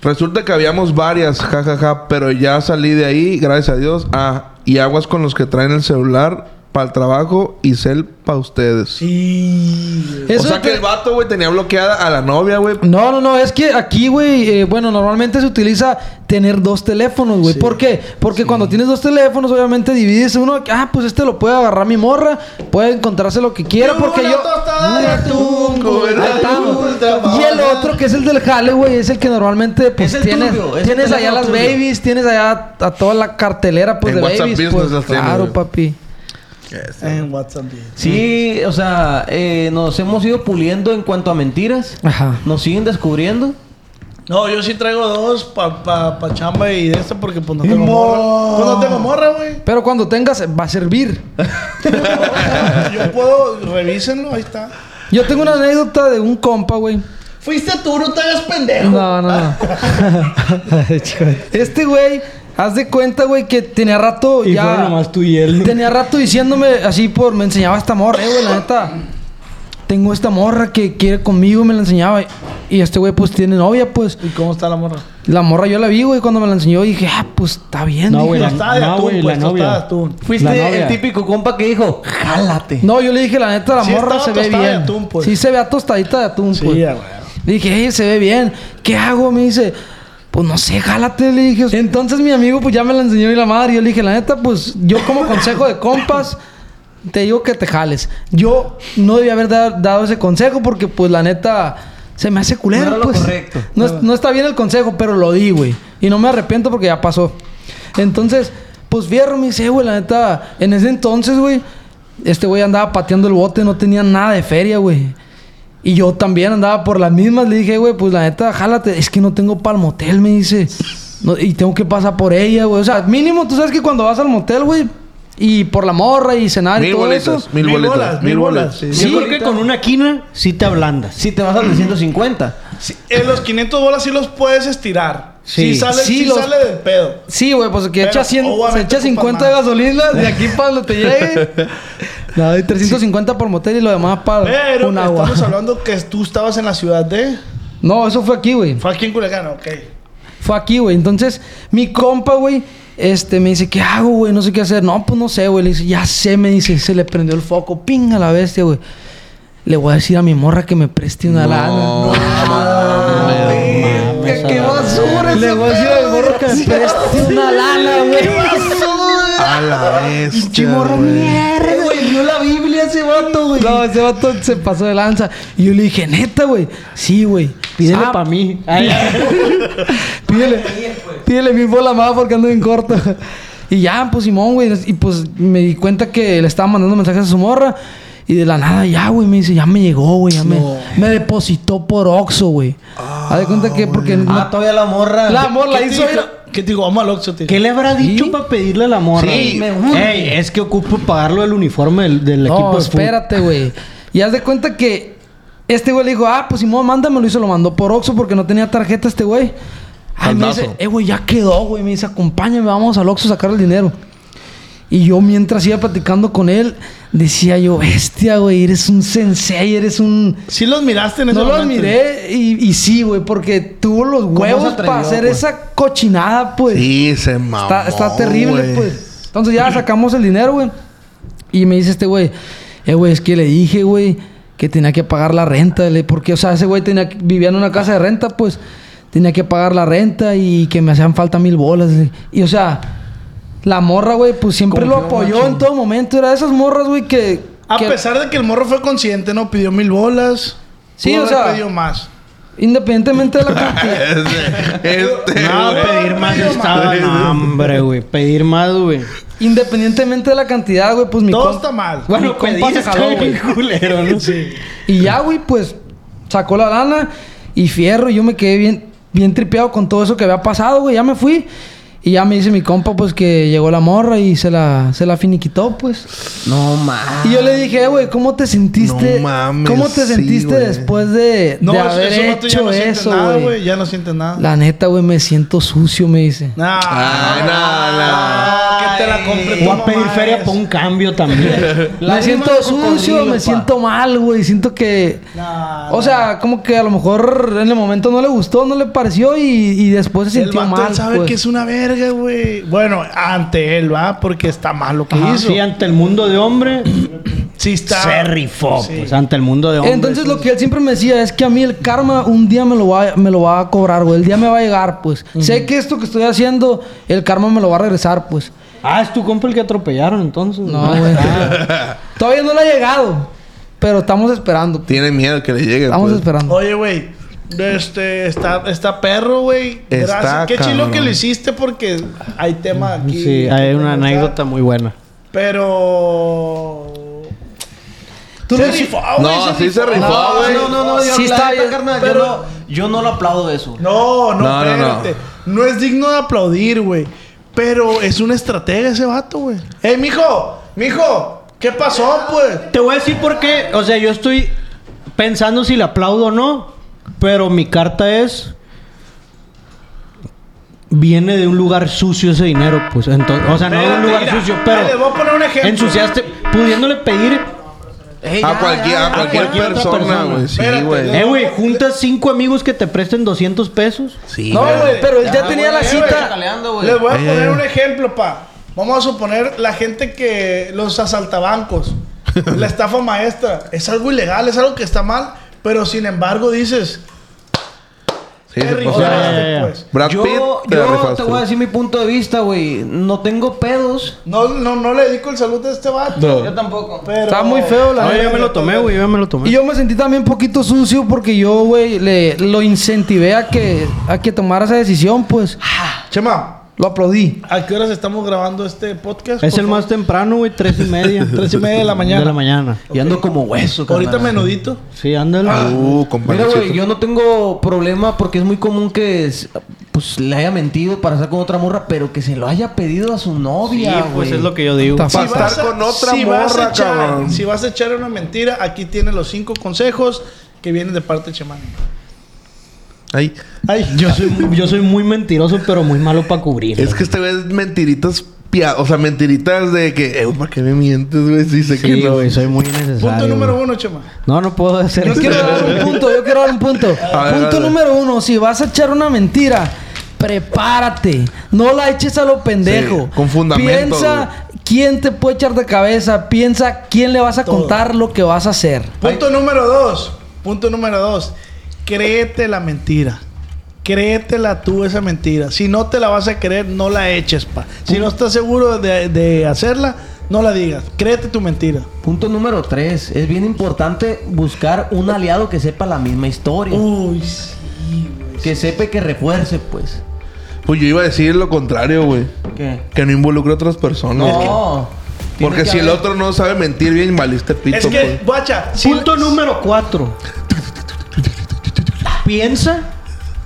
S2: Resulta que habíamos varias, jajaja, pero ya salí de ahí, gracias a Dios. Ah, y aguas con los que traen el celular para el trabajo y cel para ustedes.
S5: Sí, güey.
S2: O
S9: Eso
S2: sea que
S9: te-
S2: el vato, güey, tenía bloqueada a la novia, güey.
S9: No, no, no, es que aquí, güey, eh, bueno, normalmente se utiliza tener dos teléfonos, güey. ¿Por qué? Porque cuando tienes dos teléfonos, obviamente divides uno, ah, pues este lo puede agarrar mi morra, puede encontrarse lo que quiera, porque yo... Ahí estamos. Y el otro, que es el del jale, güey, es el que normalmente pues,
S6: Es el
S9: tienes,
S6: tuyo, es el
S9: tienes allá
S6: teléfono
S9: las
S6: tuyo.
S9: babies, tienes allá a toda la cartelera pues,
S2: En
S9: de
S2: WhatsApp
S9: babies.
S2: Business
S9: Pues,
S2: las tienes,
S9: claro,
S2: güey.
S9: papi.
S5: En WhatsApp. bien.
S6: Sí, o sea, eh, nos hemos ido puliendo en cuanto a mentiras.
S9: Ajá.
S6: Nos siguen descubriendo.
S5: No, yo sí traigo dos pa, pa, pa chamba y de esta porque pues no tengo morra. Pues no tengo morra, güey.
S9: Pero cuando tengas, va a servir.
S5: yo puedo, revísenlo, ahí está.
S9: Yo tengo una anécdota de un compa, güey.
S5: Fuiste tú, no te hagas pendejo.
S9: No, no, no. este güey, haz de cuenta, güey, que tenía rato
S3: Y fueron
S9: ya.
S3: nomás tú y él. ¿no?
S9: Tenía rato diciéndome así por. Me enseñaba esta morra, eh, güey, la neta. Tengo esta morra que quiere conmigo, me la enseñaba. Y este güey, pues tiene novia, pues.
S5: ¿Y cómo está la morra?
S9: La morra yo la vi, güey, cuando me la enseñó. dije, ah, pues está bien.
S3: No,
S9: dije.
S3: güey, la-
S5: Tostada de
S3: no,
S5: atún,
S3: güey,
S5: pues,
S3: la novia.
S5: tostada de atún.
S3: La
S6: Fuiste
S3: novia.
S6: el típico compa que dijo, jálate.
S9: No, yo le dije, la neta, la
S5: Sí
S9: morra
S5: estaba
S9: se ve
S5: tostada de
S9: bien.
S5: atún, pues.
S9: Sí, se ve atostadita de atún,
S5: Sí,
S9: pues.
S5: ya, güey.
S9: Dije, "Ey, se ve bien. ¿Qué hago? Me dice, pues no sé, jálate. Le dije, entonces mi amigo, pues ya me la enseñó y la madre. Yo le dije, la neta, pues yo como consejo de compas, te digo que te jales. Yo no debía haber da- dado ese consejo porque, pues la neta, se me hace culero.
S6: No era lo
S9: pues.
S6: correcto.
S9: No, es- no está bien el consejo, pero lo di, güey. Y no me arrepiento porque ya pasó. Entonces, pues fierro, me dice, "Eh, güey, la neta, en ese entonces, güey, este güey andaba pateando el bote, no tenía nada de feria, güey. Y yo también andaba por las mismas. Le dije, güey, pues la neta, jálate. Es que no tengo para el motel, me dice. No, y tengo que pasar por ella, güey. O sea, mínimo, tú sabes que cuando vas al motel, güey, y por la morra y cenar y
S2: Mil
S9: todo
S2: bolitas,
S9: eso.
S2: mil
S5: Mil
S2: bolitas,
S5: bolas,
S2: mil
S5: mil
S2: bolas.
S5: bolas, sí.
S9: Sí,
S3: Yo creo que
S9: ahorita-
S3: con una quina sí te ablandas.
S6: Si te vas al de 150.
S5: Sí, eh, los 500 bolas sí los puedes estirar.
S3: Sí.
S5: Sí, sale,
S9: Sí,
S5: sí
S9: los-
S5: sale del pedo.
S9: Sí, güey, pues que
S5: Pero
S9: echa, 100, se
S5: obviamente
S9: echa
S5: ocupa
S9: 50 de
S5: más.
S9: gasolina de aquí para donde te llegue. No, y 350 por motel y lo demás para
S5: Pero
S9: un agua.
S5: estamos hablando que tú estabas en la ciudad de...
S9: No, eso fue aquí, güey.
S5: Fue aquí en Culiacán, ok.
S9: Fue aquí, güey. Entonces, mi compa, güey, este, me dice, ¿qué hago, güey? No sé qué hacer. No, pues no sé, güey. Le dice, ya sé, me dice, se le prendió el foco. Pinga la bestia, güey. Le voy a decir a mi morra que me preste una lana.
S3: mames,
S9: ¡Qué
S3: a la
S9: basura! Le voy a decir a mi morra que me preste una lana, güey.
S2: A la bestia, güey.
S9: Mierda, Eh, güey. Vio la Biblia ese vato, güey. No, ese vato se pasó de lanza. Y yo le dije, neta, güey. Sí, güey.
S3: Pídele
S9: Ah,
S3: para mí.
S9: Pídele, pídele mil bolas más porque ando en corto. Y ya, pues Simón, güey. Y pues me di cuenta que le estaba mandando mensajes a su morra. Y de la nada, ya, güey, me dice, ya me llegó, güey. Ya me, me depositó por Oxxo, güey. Haz de cuenta que porque... no-
S6: Ah, todavía la morra.
S9: la morra
S5: ¿Qué
S9: la
S5: te
S9: hizo
S5: dijo?
S9: ir...
S5: ¿Qué te digo? Vamos al Oxxo, te digo.
S3: ¿Qué le habrá dicho para pedirle a la morra?
S6: Sí, me urge.
S3: Ey, es que ocupo pagarlo el uniforme del, del
S9: No,
S3: equipo de fútbol.
S9: espérate, güey. Y haz de cuenta que este güey le dijo, ah, pues Simón, mándamelo. Y se lo mandó por Oxxo porque no tenía tarjeta este güey. Ay, me
S2: Saldazo.
S9: dice, eh, güey, ya quedó, güey. Me dice, acompáñame, vamos al Oxxo a sacar el dinero. Y yo, mientras iba platicando con él, decía yo, bestia, güey, eres un sensei, eres un...
S5: Sí los miraste en
S3: Pues
S5: ese
S9: No lo
S5: momento.
S9: admiré y, y sí, güey, porque tuvo los huevos
S6: atrevió,
S9: para hacer
S6: pues?
S9: esa cochinada, pues.
S2: Sí, se mamó,
S9: Está, está terrible,
S2: güey.
S9: pues. Entonces ya sacamos el dinero, güey. Y me dice este güey, eh, güey, es que le dije, güey, que tenía que pagar la renta. Le, porque, o sea, ese güey tenía, que- vivía en una casa de renta, pues tenía que pagar la renta y que me hacían falta mil bolas. le- Y, o sea, la morra, güey, pues siempre lo apoyó en todo momento. Era de esas morras, güey, que.
S5: A
S9: que-
S5: pesar de que el morro fue consciente, no pidió mil bolas.
S9: Sí,
S5: Pudo
S9: o
S5: haber
S9: sea-
S5: pedido más.
S9: Independientemente de la cantidad.
S2: Este, este,
S3: No,
S2: güey.
S3: pedir más Ah, estaba. No, hombre, güey. Pedir más, güey.
S9: independientemente de la cantidad, güey, pues mi
S5: Todo
S9: compa-
S5: está mal.
S9: Bueno, compa se jaló, güey.
S3: culero, ¿no? Sí.
S9: Y ya, güey, pues sacó la lana y fierro. Y yo me quedé bien, bien tripeado con todo eso que había pasado, güey. Ya me fui. Y ya me dice mi compa, pues que llegó la morra y se la, se la finiquitó, pues.
S6: No mames.
S9: Y yo le dije, "Eh, güey, ¿cómo te sentiste?
S2: No mames,
S9: ¿Cómo te
S2: sí,
S9: sentiste
S2: güey.
S9: después de,
S5: No,
S9: de
S5: eso-
S9: haber
S5: esos vatos ya
S9: hecho
S5: no sienten
S9: eso,
S5: nada,
S9: güey?
S5: Ya no sienten nada.
S9: La neta, güey, me siento sucio, me dice.
S5: Nah.
S2: Ay,
S5: Ah, que te la compre tu
S3: Voy a pedir
S5: mamá,
S3: feria
S5: es.
S3: para un cambio también.
S9: Me siento sucio, me siento mal, güey. Siento que...
S5: Nah,
S9: O
S5: nah.
S9: sea, como que a lo mejor en el momento no le gustó, no le pareció y, y después se
S5: el
S9: sintió
S5: vato él
S9: mal.
S5: sabe
S9: pues.
S5: que es una verga, güey. Bueno, ante él, ¿va? Porque está mal lo que
S3: Ajá,
S5: hizo.
S3: sí, ante el mundo de hombre,
S5: Sí está.
S3: se rifó.
S5: Sí.
S3: Pues ante el mundo de hombre.
S9: Entonces
S5: pues.
S9: lo que él siempre me decía es que a mí el karma un día me lo va, a- me lo va a cobrar, güey. El día me va a llegar, pues. Sé que esto que estoy haciendo, el karma me lo va a regresar, pues.
S3: Ah, es tu compa el que atropellaron, entonces. Ah,
S9: No, güey. Todavía no le ha llegado, pero estamos esperando. pues.
S2: Tiene miedo que le llegue.
S9: Estamos
S2: pues.
S9: esperando.
S5: Oye, güey. Este, está, está perro, güey.
S2: Está,
S5: Gracias. Qué chilo
S2: cabrón.
S5: que lo hiciste porque hay tema aquí.
S3: Sí, hay una
S5: que
S3: anécdota
S5: conversar.
S3: muy buena.
S5: Pero...
S9: Tú
S5: se
S9: no-
S5: rifó, güey,
S2: No, sí se rifó,
S6: No,
S2: güey.
S6: no, no, no, yo,
S9: Sí
S6: la
S9: está
S6: neta,
S9: bien,
S6: carnal,
S5: pero-
S6: yo, no, yo no lo aplaudo eso.
S5: No, no,
S2: No, no, no.
S5: espérate. No, es digno de aplaudir, güey. Pero es un estratega ese vato, güey. ¡Ey, mijo! ¡Mijo! ¿Qué pasó, pues?
S3: Te voy a decir por qué. O sea, yo estoy pensando si le aplaudo o no. Pero mi carta es. Viene de un lugar sucio ese dinero, pues. Entonces, o sea, no de un
S5: Espérate,
S3: lugar
S5: mira,
S3: sucio,
S5: Les
S3: pero
S5: voy a poner un ejemplo.
S3: ensuciaste pudiéndole pedir.
S2: A cualquier,
S6: Ah,
S2: a cualquier
S3: cualquier otra
S2: persona,
S3: persona.
S2: güey. Sí,
S5: Espérate,
S2: güey.
S3: Eh, güey, juntas cinco amigos que te presten 200 pesos.
S2: Sí,
S9: No,
S2: güey.
S9: güey, pero él ya tenía la
S5: güey,
S9: cita.
S6: Chacaleando, güey.
S5: Les voy a
S2: Ay, ay,
S5: poner
S2: ay.
S5: un ejemplo, pa. Vamos a suponer la gente que... Los asaltabancos. la estafa maestra. Es algo ilegal, es algo que está mal. Pero sin embargo dices...
S2: Sí,
S5: "Qué
S2: se
S5: rico
S2: pasó.
S3: Ya, ya, ya,
S5: ganaste,
S3: ya.
S5: pues".
S2: Brad Pitt,
S6: Yo,
S2: te la
S6: yo
S2: rifaste.
S6: te voy a decir mi punto de vista, güey. No tengo pedos.
S5: No, no, no le dedico el salud a este vato.
S6: Yo tampoco.
S5: Pero...
S9: Está muy feo la
S3: No, yo
S9: neta.
S3: ya me lo tomé, güey, yo ya me lo tomé.
S9: Y yo me sentí también un poquito sucio porque yo, güey, le lo incentivé a que a que tomara esa decisión, pues.
S5: Chema,
S9: Lo aplaudí.
S5: ¿A qué horas estamos grabando este podcast?
S3: Es
S5: por
S3: el
S5: favor?
S3: más temprano, güey, tres y media.
S5: Tres y media de la mañana.
S3: De la mañana.
S6: Y ando como hueso,
S5: Ahorita
S6: carnal.
S5: menudito.
S3: Sí, ándale.
S2: Uh,
S6: ah, Mira,
S2: compadrecito.
S6: güey, yo no tengo problema porque es muy común que es- pues, le haya mentido para estar con otra morra, pero que se lo haya pedido a su
S3: Sí,
S6: novia, güey.
S3: pues es lo que yo digo.
S2: Para
S5: vas
S2: estar
S5: a-
S2: con otra
S5: si vas a
S2: morra,
S5: echar-
S2: cabrón.
S5: Si vas a echar una mentira, aquí tienes los cinco consejos que vienen de parte de Chemán.
S2: Ay,
S5: Ay,
S3: Yo soy, mu- yo soy muy mentiroso, pero muy malo para cubrir.
S2: es que este güey es mentiritas pia- O sea, mentiritas de que... Eh, ¿para qué me mientes, güey? Si sé que
S3: Sí,
S2: no.
S3: güey, soy muy necesario.
S2: Pues
S5: punto número uno, Chema.
S3: No, no puedo hacer
S9: Yo
S3: eso.
S9: quiero dar un punto, yo quiero dar un punto.
S2: ver,
S9: punto
S2: a ver.
S9: número uno, si vas a echar una mentira, prepárate. No la eches a lo pendejo.
S2: Sí, con fundamento,
S9: Piensa quién te puede echar de cabeza, piensa quién le vas a
S5: Todo.
S9: contar lo que vas a hacer.
S5: Punto número dos. Punto número dos. Créete la mentira. Créetela tú esa mentira. Si no te la vas a creer, no la eches, pa. Si no estás seguro de, de hacerla, no la digas. Créete tu mentira.
S6: Punto número tres. Es bien importante buscar un aliado que sepa la misma historia.
S5: Uy, sí.
S6: que sepa y que refuerce, pues.
S2: Pues yo iba a decir lo contrario, güey.
S6: ¿Qué?
S2: Que no involucre a otras personas.
S6: No. tiene
S2: Porque
S6: que
S2: si el
S6: haber-
S2: otro no sabe mentir bien, valiste pito,
S5: Es que,
S2: pues.
S5: guacha, si-
S3: Punto número cuatro. Piensa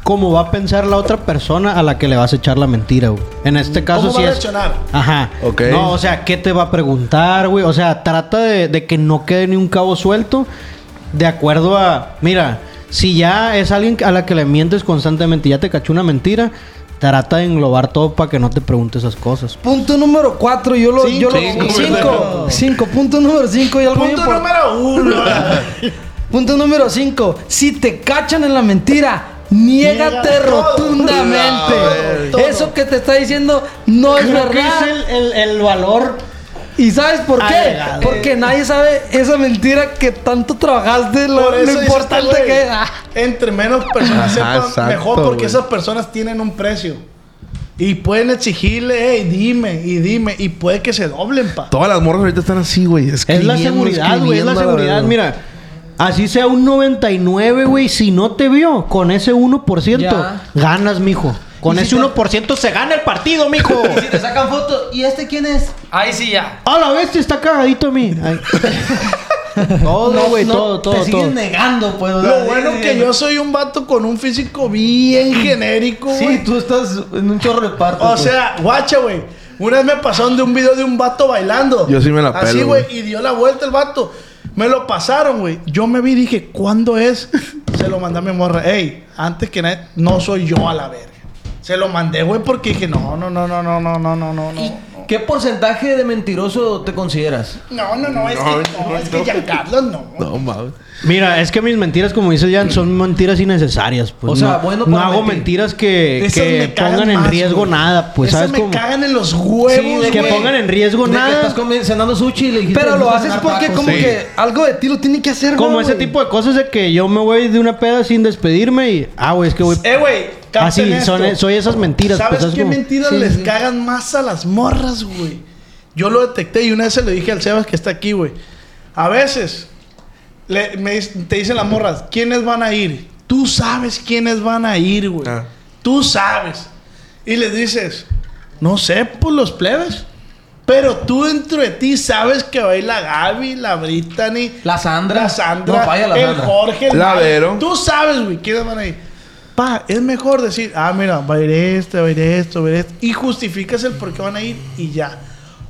S3: cómo va a pensar la otra persona a la que le vas a echar la mentira, güey. En este caso
S5: ¿Cómo
S3: sí
S5: va a
S3: es-
S5: reaccionar?
S3: Ajá.
S2: Ok.
S3: No, o sea, ¿qué te va a preguntar, güey? O sea, trata de, de que no quede ni un cabo suelto. De acuerdo a. Mira, si ya es alguien a la que le mientes constantemente y ya te cachó una mentira, trata de englobar todo para que no te pregunte esas cosas.
S9: Punto número cuatro, yo lo... yo lo-
S2: Cinco,
S9: cinco,
S2: cinco.
S9: cinco, punto número cinco. Y algo
S5: Punto
S9: bien impor-
S5: número uno.
S9: punto número cinco, si te cachan en la mentira... Niégate
S5: Niega todo.
S9: rotundamente.
S5: Todo, todo.
S9: Eso que te está diciendo no es
S3: Creo que
S9: verdad.
S3: es el, el- el valor.
S9: ¿Y sabes por qué?
S3: Agregado.
S9: Porque nadie sabe esa mentira que tanto trabajaste, lo,
S5: Por
S9: lo
S5: eso dice
S9: importante
S5: este güey,
S9: que es. Ah,
S5: Entre menos personas
S2: Ajá,
S5: sepan,
S2: exacto,
S5: mejor, porque
S2: güey.
S5: esas personas tienen un precio. Y pueden exigirle, hey, dime, y dime, y puede que se doblen, pa.
S2: Todas las morras ahorita están así, güey.
S3: Es la
S2: escribiendo,
S3: seguridad, güey. Es
S2: escribiendo,
S3: la seguridad.
S2: verdad.
S3: Mira, así sea un 99, güey. Si no te vio con ese 1%,
S6: Ya.
S3: ganas, mijo. Con
S6: ¿Y si
S3: ese
S6: te-
S3: 1% se gana el partido, mijo.
S6: Y si te sacan fotos, ¿y este quién es?
S4: Ahí sí ya.
S3: A la bestia está cagadito a mí. Ay.
S6: No,
S3: todo, güey.
S6: no,
S3: todo,
S6: Te
S3: todo,
S6: siguen
S3: todo.
S6: negando, pues. o sea,
S5: Lo bueno
S6: sí,
S5: que
S6: sí.
S5: yo soy un vato con un físico bien genérico, güey.
S6: Sí, tú estás en un chorro de parto.
S5: O
S6: pues.
S5: sea, guacha, güey. Una vez me pasaron de un video de un vato bailando.
S2: Yo sí me la
S5: Así,
S2: pelo,
S5: güey.
S2: güey.
S5: Y dio la vuelta el vato. Me lo pasaron, güey. Yo me vi y dije, ¿cuándo es? Se lo mandé a mi morra. Ey, antes que nada, no soy yo a la verga. Se lo mandé, güey, porque dije, no, no, no, no, no, no, no, no, no.
S6: ¿Y
S5: No,
S6: qué porcentaje de mentiroso te consideras?
S5: no, no, no, es que no, es que Giancarlo no.
S2: No, mames.
S3: Mira, es que mis mentiras, como dice Jan, son mentiras innecesarias. Pues.
S6: O sea,
S3: no,
S6: bueno,
S3: No
S6: para
S3: hago
S6: mentir.
S3: mentiras que,
S5: Esas
S3: que
S5: me cagan
S3: pongan en
S5: más,
S3: riesgo
S5: güey.
S3: nada. Pues,
S5: Esas
S3: ¿sabes
S5: me
S3: cómo?
S5: cagan en los huevos,
S3: de que
S5: güey.
S3: pongan en riesgo
S6: De que
S3: nada.
S6: estás comi- cenando sushi y le dijiste,
S9: pero lo
S6: "Vamos a
S9: haces
S6: cenar
S9: porque
S6: tacos".
S9: como
S2: sí.
S9: que algo de ti lo tiene que hacer,
S3: Como
S9: güey.
S3: ese tipo de cosas de que yo me voy de una peda sin despedirme y... Ah, güey, es que voy...
S5: Eh, güey,
S3: Así,
S5: capten
S3: Ah, son- e,
S5: esto.
S3: soy esas mentiras,
S5: ¿Sabes
S3: pues, es
S5: qué
S3: como-
S5: mentiras
S9: Sí,
S5: les
S9: sí.
S5: cagan más a las morras, güey? Yo lo detecté y una vez se lo dije al Sebas que está aquí, güey. A veces le- me dic- te dicen las morras, ¿quiénes van a ir? Tú sabes quiénes van a ir, güey.
S2: Ah.
S5: Tú sabes. Y les dices, no sé, pues los plebes. Pero tú dentro de ti sabes que va a ir la Gaby, la Brittany,
S6: La Sandra.
S5: la Sandra,
S6: No falla la
S5: el
S6: Sandra.
S5: Jorge, el
S2: La
S5: Mario.
S2: Vero.
S5: Tú sabes, güey, quiénes van a ir. Pa, es mejor decir, ah, mira, va a ir este, va a ir esto, va a ir esto. Y justificas el por qué van a ir y ya.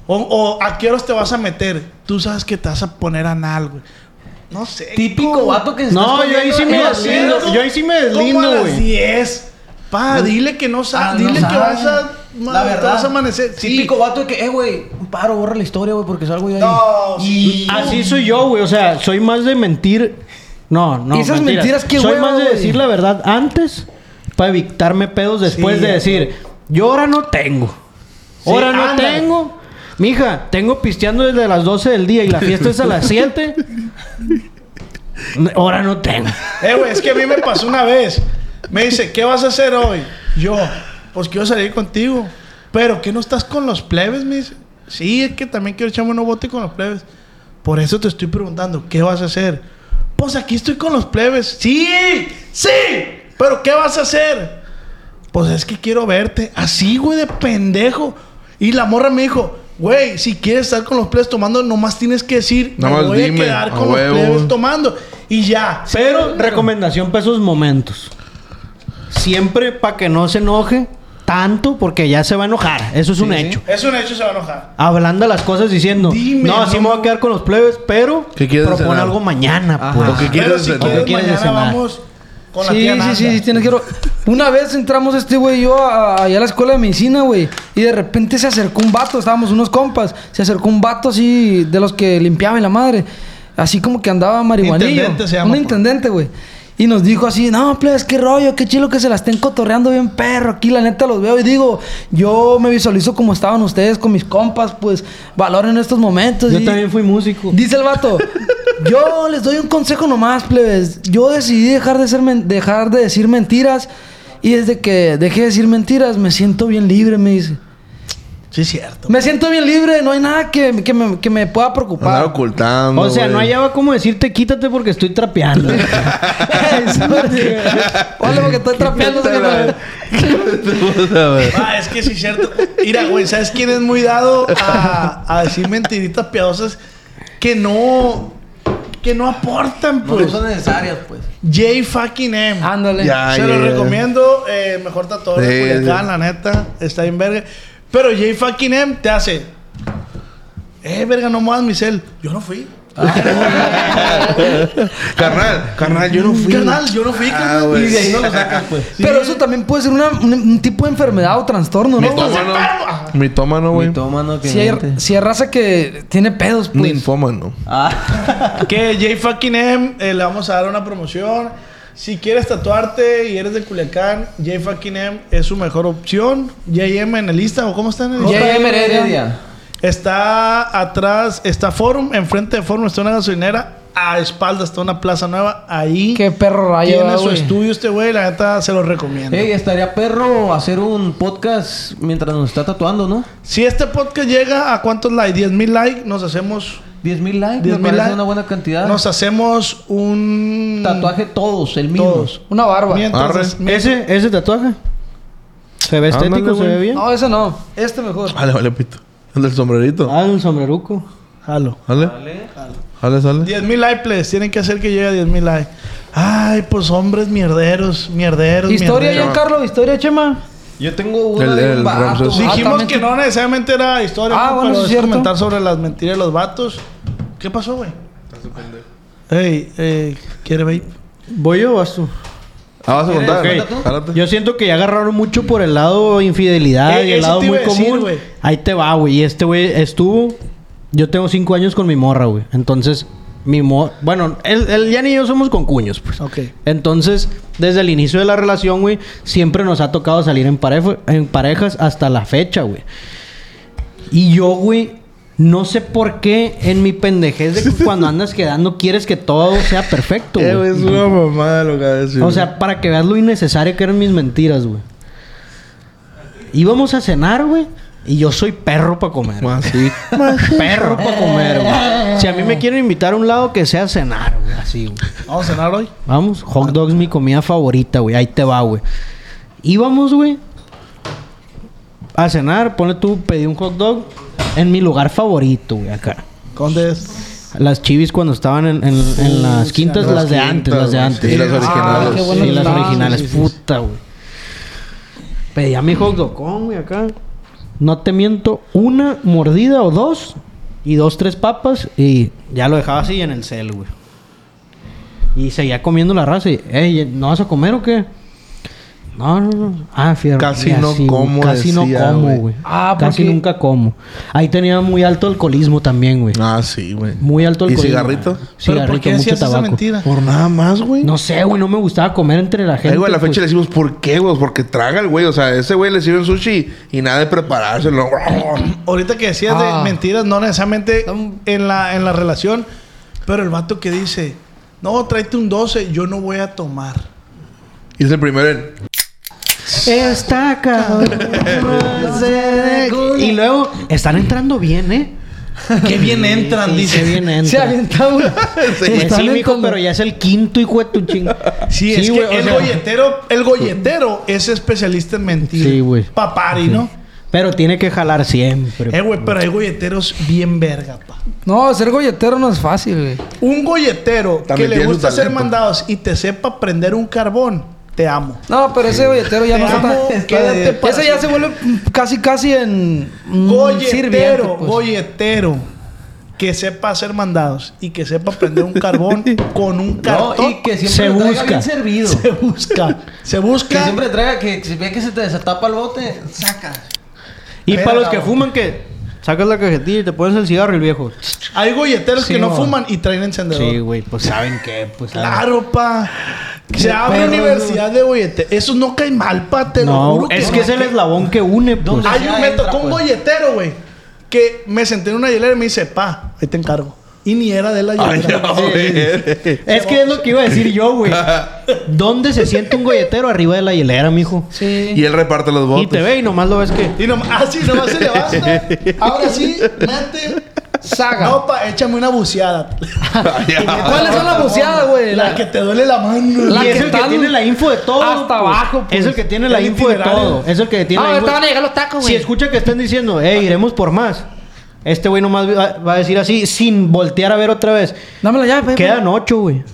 S5: O, o, a qué horas te vas a meter. Tú sabes que te vas a poner anal, güey. No sé.
S6: Típico
S5: ¿cómo?
S6: vato que se está
S3: No, yo ahí sí
S6: escondiendo
S3: me
S6: en el
S3: deslindo.
S6: asiento.
S3: Yo ahí sí me
S5: ¿Cómo a
S3: deslindo,
S5: las
S3: güey.
S5: 10? Pa, dile que no sabes.
S6: Ah, no
S5: dile que
S6: sabe.
S5: vas a. ma-
S6: La
S5: te
S6: verdad.
S5: vas a amanecer. Sí.
S6: Típico vato de que, eh, güey, un paro, borra la historia, güey, porque salgo yo ahí.
S5: No, sí.
S3: Así soy yo, güey. O sea, soy más de mentir... No, no.
S9: Y esas mentiras, qué
S3: Soy
S9: hueva,
S3: más de
S9: güey.
S3: decir la verdad antes para evitarme pedos después
S5: Sí,
S3: de decir... Yo ahora no tengo.
S5: Sí,
S3: Ahora no
S5: ándale.
S3: tengo. Mija, tengo pisteando desde las 12 del día y la fiesta es a las 7. Ahora no tengo.
S5: Eh, güey, es que a mí me pasó una vez. Me dice, ¿qué vas a hacer hoy? Yo, pues quiero salir contigo. Pero que no estás con los plebes, me dice. Sí, es que también quiero echarme unos bote con los plebes. Por eso te estoy preguntando, ¿qué vas a hacer? Pues aquí estoy con los plebes. Sí, sí, pero ¿qué vas a hacer? Pues es que quiero verte. Así, güey, de pendejo. Y la morra me dijo, güey, si quieres estar con los plebes tomando, nomás tienes que decir,
S2: Nomás
S5: me voy
S2: dime,
S5: a quedar
S2: a
S5: con
S2: huevo.
S5: los plebes tomando. Y ya.
S3: Pero recomendación para esos momentos. Siempre para que no se enoje tanto porque ya se va a enojar. Eso es un hecho.
S5: Es un hecho, se va a enojar.
S3: Hablando las cosas diciendo,
S5: Dime,
S3: no, así
S5: no.
S3: me voy a quedar con los plebes, pero
S2: ¿Qué quieres
S3: propone
S2: cenar?
S3: algo mañana,
S6: Ajá.
S3: pues.
S2: ¿O qué quieres
S5: Pero si
S2: cenar?
S5: quieres,
S3: ¿O qué quieres
S5: mañana
S3: cenar?
S5: vamos con la
S9: sí,
S5: tía
S9: sí,
S5: Nanda.
S9: sí, sí, tienes que... ro- Una vez entramos este güey y yo a- a- allá a la escuela de medicina, güey. Y de repente se acercó un vato, estábamos unos compas. Se acercó un vato así de los que limpiaban la madre. Así como que andaba marihuanillo.
S5: Intendente se llama,
S9: Un
S5: pues.
S9: intendente, güey. Y nos dijo así, no, plebes, qué rollo, qué chilo que se la estén cotorreando bien perro. Aquí la neta los veo y digo, yo me visualizo como estaban ustedes con mis compas, pues valoren estos momentos.
S3: Yo
S9: Y-
S3: también fui músico.
S9: Dice el vato, yo les doy un consejo nomás, plebes. Yo decidí dejar de, ser men- dejar de decir mentiras y desde que dejé de decir mentiras me siento bien libre, me dice.
S5: Sí, es cierto.
S9: Me siento bien libre, no hay nada que, que me, que me pueda
S2: Andar
S9: preocupar.
S2: ocultando.
S3: o sea, no
S2: güey.
S3: hallaba como decirte quítate porque estoy trapeando.
S9: Sí, porque- Hola, porque estoy trapeando. sé que no-
S5: Ah, es que sí es cierto. Mira, güey, ¿sabes quién es muy dado a, a decir mentiritas piadosas que no... Que no aportan,
S6: No
S5: pues.
S6: son necesarias, pues.
S5: J fucking M.
S9: Ándale.
S2: Ya,
S5: Se lo
S2: ya.
S5: recomiendo. eh, mejor tatuador de
S2: Sí,
S5: Culiacán,
S2: sí.
S5: la neta. Está bien verga. Pero J fucking M te hace... Eh, verga, no muevas mi cel. Yo no fui.
S2: Carnal, carnal, yo no fui.
S5: Carnal, yo no fui, carnal.
S2: güey.
S5: Y de ahí no lo sacas, pues.
S9: Pero eso también puede ser una- un, un tipo de enfermedad o trastorno, ¿no? güey?
S2: Mitómano. Mitómano, güey.
S6: Mitómano que
S9: Si hay,
S6: miente.
S9: si hay raza que tiene pedos, pues.
S2: Ninfómano.
S3: Ah.
S5: Que J fucking M eh, le vamos a dar una promoción. Si quieres tatuarte y eres de Culiacán, J fucking M es su mejor opción. JM en el Insta o cómo están en el Insta?
S6: J.M.
S9: Heredia.
S6: Heredia.
S5: Está atrás, está Forum, enfrente de Forum está una gasolinera, a espaldas está una plaza nueva, ahí
S9: Qué perro rayo.
S5: tiene
S9: ah,
S5: su
S9: güey.
S5: estudio este güey, la neta se lo recomiendo.
S6: Ey, estaría perro hacer un podcast mientras nos está tatuando, ¿no?
S5: Si este podcast llega a cuántos likes, 10 mil likes, nos hacemos
S6: 10 mil likes,
S5: 10
S6: 10,
S5: mil likes.
S6: una buena cantidad.
S5: Nos hacemos un
S6: Tatuaje todos, el mismo.
S5: todos.
S9: Una barba.
S2: Arre.
S5: Mientras, mientras-
S3: ese, ese tatuaje. Se ve estético,
S2: Ándale,
S3: se ve
S2: güey.
S3: bien.
S9: No, ese no. Este mejor.
S2: Vale, vale, pito. El del sombrerito.
S3: Ah, el sombreruco.
S5: Jalo.
S2: Vale. Vale, sale.
S5: 10 mil likes, please. Tienen que hacer que llegue a 10 mil likes. Ay, pues hombres mierderos, mierderos,
S9: Historia,
S5: mierderos.
S9: Giancarlo, historia, Chema.
S6: Yo tengo
S2: El-
S6: una de
S2: el
S6: un vato,
S2: Ramses.
S9: Ah,
S5: Dijimos
S9: también
S5: que
S9: tú-
S5: no necesariamente era historia,
S9: Ah,
S5: ¿no?
S9: bueno,
S5: pero
S9: sí es
S5: es
S9: cierto.
S5: comentar sobre las mentiras de los vatos. ¿Qué pasó, güey? Ey, ey, ¿quiere vape?
S3: ¿Voy yo o vas tú?
S2: Ah, vas a contar.
S3: Ok.
S2: Jálate. Eh,
S3: Yo siento que ya agarraron mucho por el lado infidelidad
S5: Eh,
S3: y el
S5: eso
S3: lado
S5: te iba
S3: muy
S5: a decir,
S3: común.
S5: güey.
S3: Ahí te va, güey. Y este güey estuvo. Yo tengo cinco años con mi morra, güey. Entonces, mi morra. Bueno, él, él ya ni yo somos concuños, pues.
S5: Ok.
S3: Entonces, desde el inicio de la relación, güey, siempre nos ha tocado salir en, parejo- en parejas hasta la fecha, güey. Y yo, güey, no sé por qué en mi pendejez de que cuando andas quedando quieres que todo sea perfecto,
S2: Eh, güey,
S3: güey.
S2: Es una mamada lo que va a decir.
S3: O sea, para que veas lo innecesario que eran mis mentiras, güey. Íbamos a cenar, güey. Y yo soy perro para comer.
S2: Más Ah, sí.
S3: Perro para comer, güey. Si a mí me quieren invitar a un lado, que sea a cenar, güey. Así, güey.
S5: ¿Vamos a cenar hoy?
S3: Vamos, hot dogs, mi comida favorita, güey. Ahí te va, güey. Íbamos, güey, a cenar. Ponle tú, pedí un hot dog en mi lugar favorito, güey, acá.
S5: ¿Dónde es?
S3: Las chivis cuando estaban en, en- en las quintas, pues, las de antes, las de antes. Ah,
S2: Sí, las
S5: Ah,
S2: originales.
S9: qué bueno.
S3: Sí, las
S9: Ah,
S3: originales,
S9: sí, sí, sí.
S3: puta, güey. Pedía mi hot dogón, güey, acá. No te miento, una mordida o dos. Y dos, tres papas. Y ya lo dejaba así en el cel, güey. Y seguía comiendo la raza. Y, "Ey, ¿no vas a comer o qué? No, no, no. Ah, fierro.
S2: Casi
S3: Y
S2: no
S3: así, güey.
S2: como,
S3: Casi no
S2: decía,
S3: como,
S2: güey.
S3: güey.
S9: Ah,
S3: Casi
S9: porque-
S3: nunca como. Ahí tenía muy alto alcoholismo también, güey.
S2: Ah, sí, güey.
S3: Muy alto
S2: ¿Y
S3: alcoholismo.
S2: cigarrito?
S5: ¿Pero por
S3: Cigarrito,
S5: qué
S3: mucho
S5: decías esa
S3: tabaco.
S5: mentira?
S2: Por nada más, güey.
S3: No sé, güey, no me gustaba comer entre la gente.
S2: Ay, güey, a la fecha
S3: pues.
S2: le decimos, ¿por qué, güey? Porque traga el güey. O sea, ese güey le sirve sushi y nada de preparárselo.
S5: Ahorita que decías
S9: Ah.
S5: de mentiras, no necesariamente en la, en la relación, pero el vato que dice, no, tráete un 12, yo no voy a tomar.
S2: Y es el primero en...
S3: Está cabrón. y luego están entrando bien, ¿eh?
S4: Qué bien entran,
S3: Qué
S4: dice.
S3: bien entra.
S9: Se avienta una.
S3: Pues
S9: Están
S3: sí, mijo,
S9: entrando.
S3: pero ya es el quinto hijo de tu ching.
S5: Sí, es
S3: güey,
S5: que
S3: o
S5: el
S3: sea,
S5: golletero, el golletero es especialista en mentir.
S3: Sí, güey.
S5: Papari, ¿no?
S3: Pero tiene que jalar siempre.
S5: Eh, güey, pero hay golleteros bien verga, pa.
S9: No, ser golletero no es fácil, güey.
S5: Un golletero
S2: También
S5: que le
S2: tiene su
S5: gusta ser
S2: talento.
S5: mandados y te sepa prender un carbón, te amo.
S9: No, pero ese golletero ya
S5: Te
S9: no
S5: amo,
S9: está.
S5: quédate para
S9: Ese ya
S5: siempre.
S9: se vuelve mm, casi, casi en. mm, sirviente,
S5: Golletero,
S9: pues.
S5: golletero. Que sepa hacer mandados y que sepa prender un carbón con un
S6: No,
S5: cartón.
S6: y que siempre
S3: Se
S6: traiga
S3: busca.
S6: bien servido.
S5: Se busca. Se
S6: Que
S5: busca.
S6: siempre traiga que si ve que se te desatapa el bote, saca.
S3: Y para los
S6: Verga,
S3: que
S6: güey.
S3: fuman, que sacas la cajetilla y te pones el cigarro y el viejo.
S5: Hay golleteros
S3: Sí,
S5: que no
S3: no.
S5: fuman y traen encendedor.
S3: Sí, güey, pues saben qué, pues saben.
S5: Claro, pa. Se
S9: Qué
S5: abre
S9: perro,
S5: universidad de golleteros. Eso no cae mal, pa. Te lo
S3: No,
S5: juro
S3: es que
S5: no.
S3: es el eslabón que une, pues.
S6: ¿Dónde?
S5: Hay un, me
S6: Entra,
S5: tocó un
S6: pues.
S5: golletero, güey. Que me senté en una hielera y me dice, pa, ahí te encargo. Y ni era de la hielera.
S3: Es que es lo que iba a decir yo, güey. ¿Dónde se siente un golletero? Arriba de la hielera, mijo.
S9: Sí.
S2: Y él reparte los votos.
S3: Y te ve y nomás lo ves que...
S5: Y nomás, así nomás se levanta. Ahora sí, mete. Saga. No, pa, échame una buceada.
S9: ¿Cuáles son las buceadas, güey?
S5: La que te duele la mano.
S9: La
S3: y es
S9: que
S3: el que
S9: está
S3: tiene la info de todo.
S9: hasta abajo, pues.
S3: Es el Ah, que tiene la
S5: El
S3: info de
S5: itinerario.
S3: todo. Es el que tiene la info.
S9: llegar Ah, los tacos,
S3: Si escucha que estén diciendo, eh, iremos por más. Este güey nomás va va a decir así, sin voltear a ver otra vez.
S9: Dámela ya, güey.
S3: Quedan ocho, güey.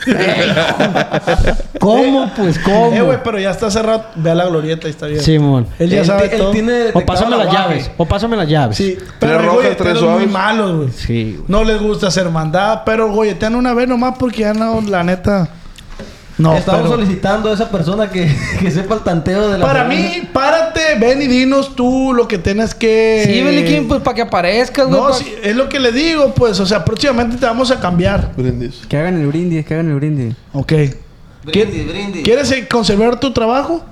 S3: ¿Cómo, pues?
S5: Eh,
S3: ¿Cómo?
S5: güey, pero ya está cerrado. Ve a la glorieta, ahí está bien.
S3: Simón.
S5: Él ya
S9: Él
S5: sabe
S9: ti- él
S5: todo.
S9: tiene
S3: O
S9: detectado
S3: pásame
S9: la
S3: las
S9: guaje.
S3: llaves. O pásame las llaves.
S5: Sí, pero hay
S2: rojas, tres
S5: golleteros muy
S2: suaves.
S5: malos, güey.
S3: Sí, güey.
S5: No les gusta ser mandada, pero golletean una vez nomás porque ya no, la neta. No,
S6: Estamos
S5: pero-
S6: solicitando a esa persona que, que sepa el tanteo de la
S5: Para
S6: cerveza.
S5: mí, párate, ven y dinos tú lo que tienes que.
S9: Sí, Beliquín, pues para que aparezcas, güey.
S5: No,
S9: pa-
S5: sí, es lo que le digo, pues. O sea, próximamente te vamos a cambiar.
S2: Brindis.
S8: Que hagan el brindis, que hagan el brindis.
S5: Ok.
S6: Brindis, brindis.
S5: ¿Quieres eh, conservar tu trabajo?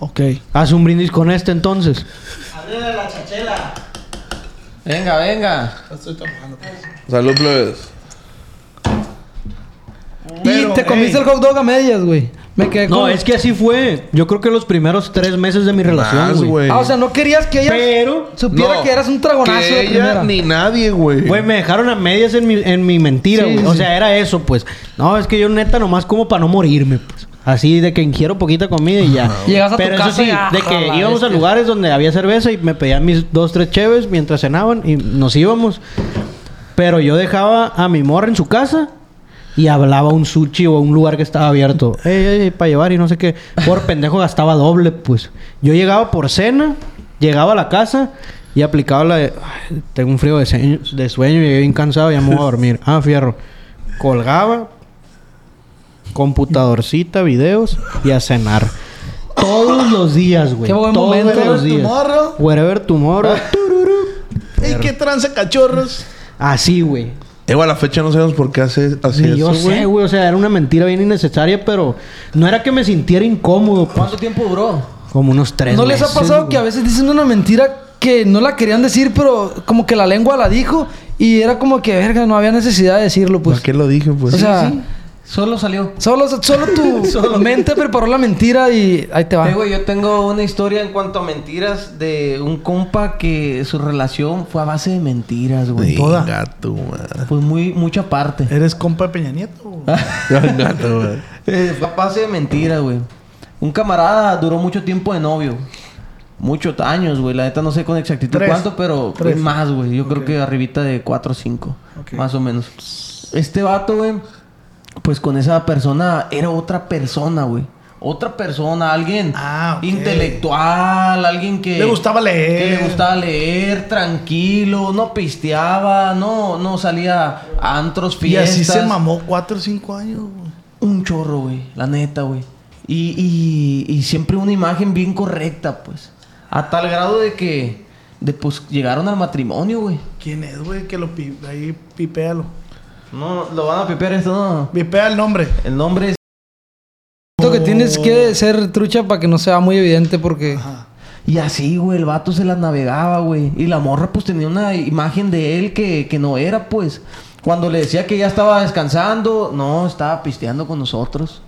S5: Ok.
S3: Haz un brindis con este entonces.
S6: Arriba la chachela. Venga, venga.
S2: Salud, plebes.
S9: Y te comiste
S5: ey.
S9: el hot dog a medias, güey. Me quedé
S3: No,
S9: con-
S3: es que así fue. Yo creo que los primeros tres meses de mi
S2: Más,
S3: relación, güey.
S2: güey.
S9: Ah, o sea, no querías que ella
S3: Pero-
S9: supiera
S2: No,
S9: que eras un tragonazo
S2: que
S9: de
S2: ella
S9: primera.
S2: ni nadie, güey.
S3: Güey, me dejaron a medias en mi, en mi mentira,
S9: Sí,
S3: güey.
S9: sí,
S3: O
S9: sí.
S3: sea, era eso, pues. No, es que yo neta nomás como para no morirme, pues. Así de que ingiero poquita comida y ya.
S9: Llegas a tu
S3: Pero eso
S9: casa
S3: sí,
S9: y, ah,
S3: de que
S9: la
S3: íbamos a
S9: bestia.
S3: lugares donde había cerveza y me pedían mis dos, tres cheves mientras cenaban y nos íbamos. Pero yo dejaba a mi morra en su casa y hablaba a un sushi o a un lugar que estaba abierto. Ey, ey, ey, para llevar y no sé qué. Por pendejo gastaba doble, pues. Yo llegaba por cena, llegaba a la casa y aplicaba la de... "Ay, Tengo un frío de, sueño- de sueño, llegué bien cansado, ya me voy a dormir. Ah, fierro. Colgaba, computadorcita, videos y a cenar. Todos los días, güey.
S9: Qué buen
S3: Todos
S9: momento.
S3: los días.
S5: Tomorrow.
S3: Wherever tomorrow.
S5: ¿Y qué tranza, cachorros?
S3: Así, güey.
S2: Igual a la fecha no sabemos por qué hace así
S3: Ni yo
S2: eso, güey.
S3: sé, güey. O sea, era una mentira bien innecesaria, pero no era que me sintiera incómodo. pues.
S6: ¿Cuánto tiempo duró?
S3: Como unos tres
S9: ¿No les ha
S3: meses,
S9: pasado
S3: güey.
S9: que a veces dicen una mentira que no la querían decir, pero como que la lengua la dijo y era como que, verga, no había necesidad de decirlo, pues?
S2: ¿Para qué lo dije, pues?
S9: O sea,
S6: Solo salió.
S9: solo, solo tu mente preparó la mentira y ahí te va.
S6: Eh, güey, yo tengo una historia en cuanto a mentiras de un compa que su relación fue a base de mentiras, güey.
S5: toda.
S2: Venga, tu madre.
S6: Pues muy, mucha parte.
S5: Eres compa de Peña Nieto.
S2: Venga, tu madre.
S6: Eh, fue a base de mentiras, güey. Un camarada duró mucho tiempo de novio. Muchos años, güey. La neta no sé con exactitud
S5: Tres.
S6: cuánto, pero
S5: Tres.
S6: fue más, güey. Yo creo que arribita de 4 o 5.
S5: Ok.
S6: Más o menos. Este vato, güey, pues con esa persona era otra persona, güey. Otra persona, alguien
S5: Ah, ok.
S6: intelectual, alguien que...
S5: Le gustaba leer.
S6: Que le gustaba leer, tranquilo, no pisteaba, no, no salía a antros,
S5: Y
S6: fiestas.
S5: así se mamó cuatro o cinco años, güey.
S6: Un chorro, güey. La neta, güey. Y, y- y siempre una imagen bien correcta, pues. A tal grado de que... De, pues, llegaron al matrimonio, güey.
S5: ¿Quién es, güey? Que lo pi ahí pipéalo.
S6: No, lo van a pipear esto, no.
S5: Pipea el nombre.
S6: El nombre es...
S9: Siento que tienes
S5: Oh.
S9: que ser trucha para que no sea muy evidente porque...
S6: Y así, güey, el vato se las navegaba, güey. Y la morra, pues, tenía una imagen de él que, que no era, pues. Cuando le decía que ya estaba descansando, no, estaba pisteando con nosotros.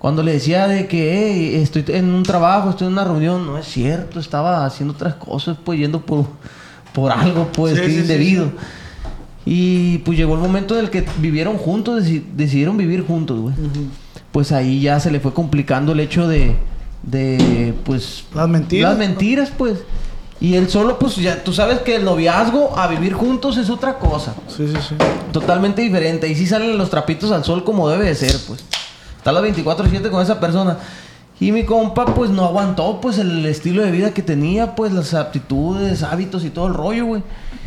S6: Cuando le decía de que, "Ey, estoy en un trabajo, estoy en una reunión, no es cierto, estaba haciendo otras cosas, pues, yendo por, por algo, pues,
S5: Sí,
S6: que es
S5: sí, sí,
S6: indebido. Y pues llegó el momento del que vivieron juntos, deci- decidieron vivir juntos, güey. Pues ahí ya se le fue complicando el hecho de, de pues...
S5: Las mentiras,
S6: Las mentiras, pues. Y él solo, pues ya, tú sabes que el noviazgo a vivir juntos es otra cosa.
S5: Sí, sí, sí.
S6: Totalmente diferente. Y sí salen los trapitos al sol como debe de ser, pues. Está las 24-7 con esa persona. Y mi compa, pues no aguantó, pues el estilo de vida que tenía, pues las aptitudes, hábitos y todo el rollo, güey.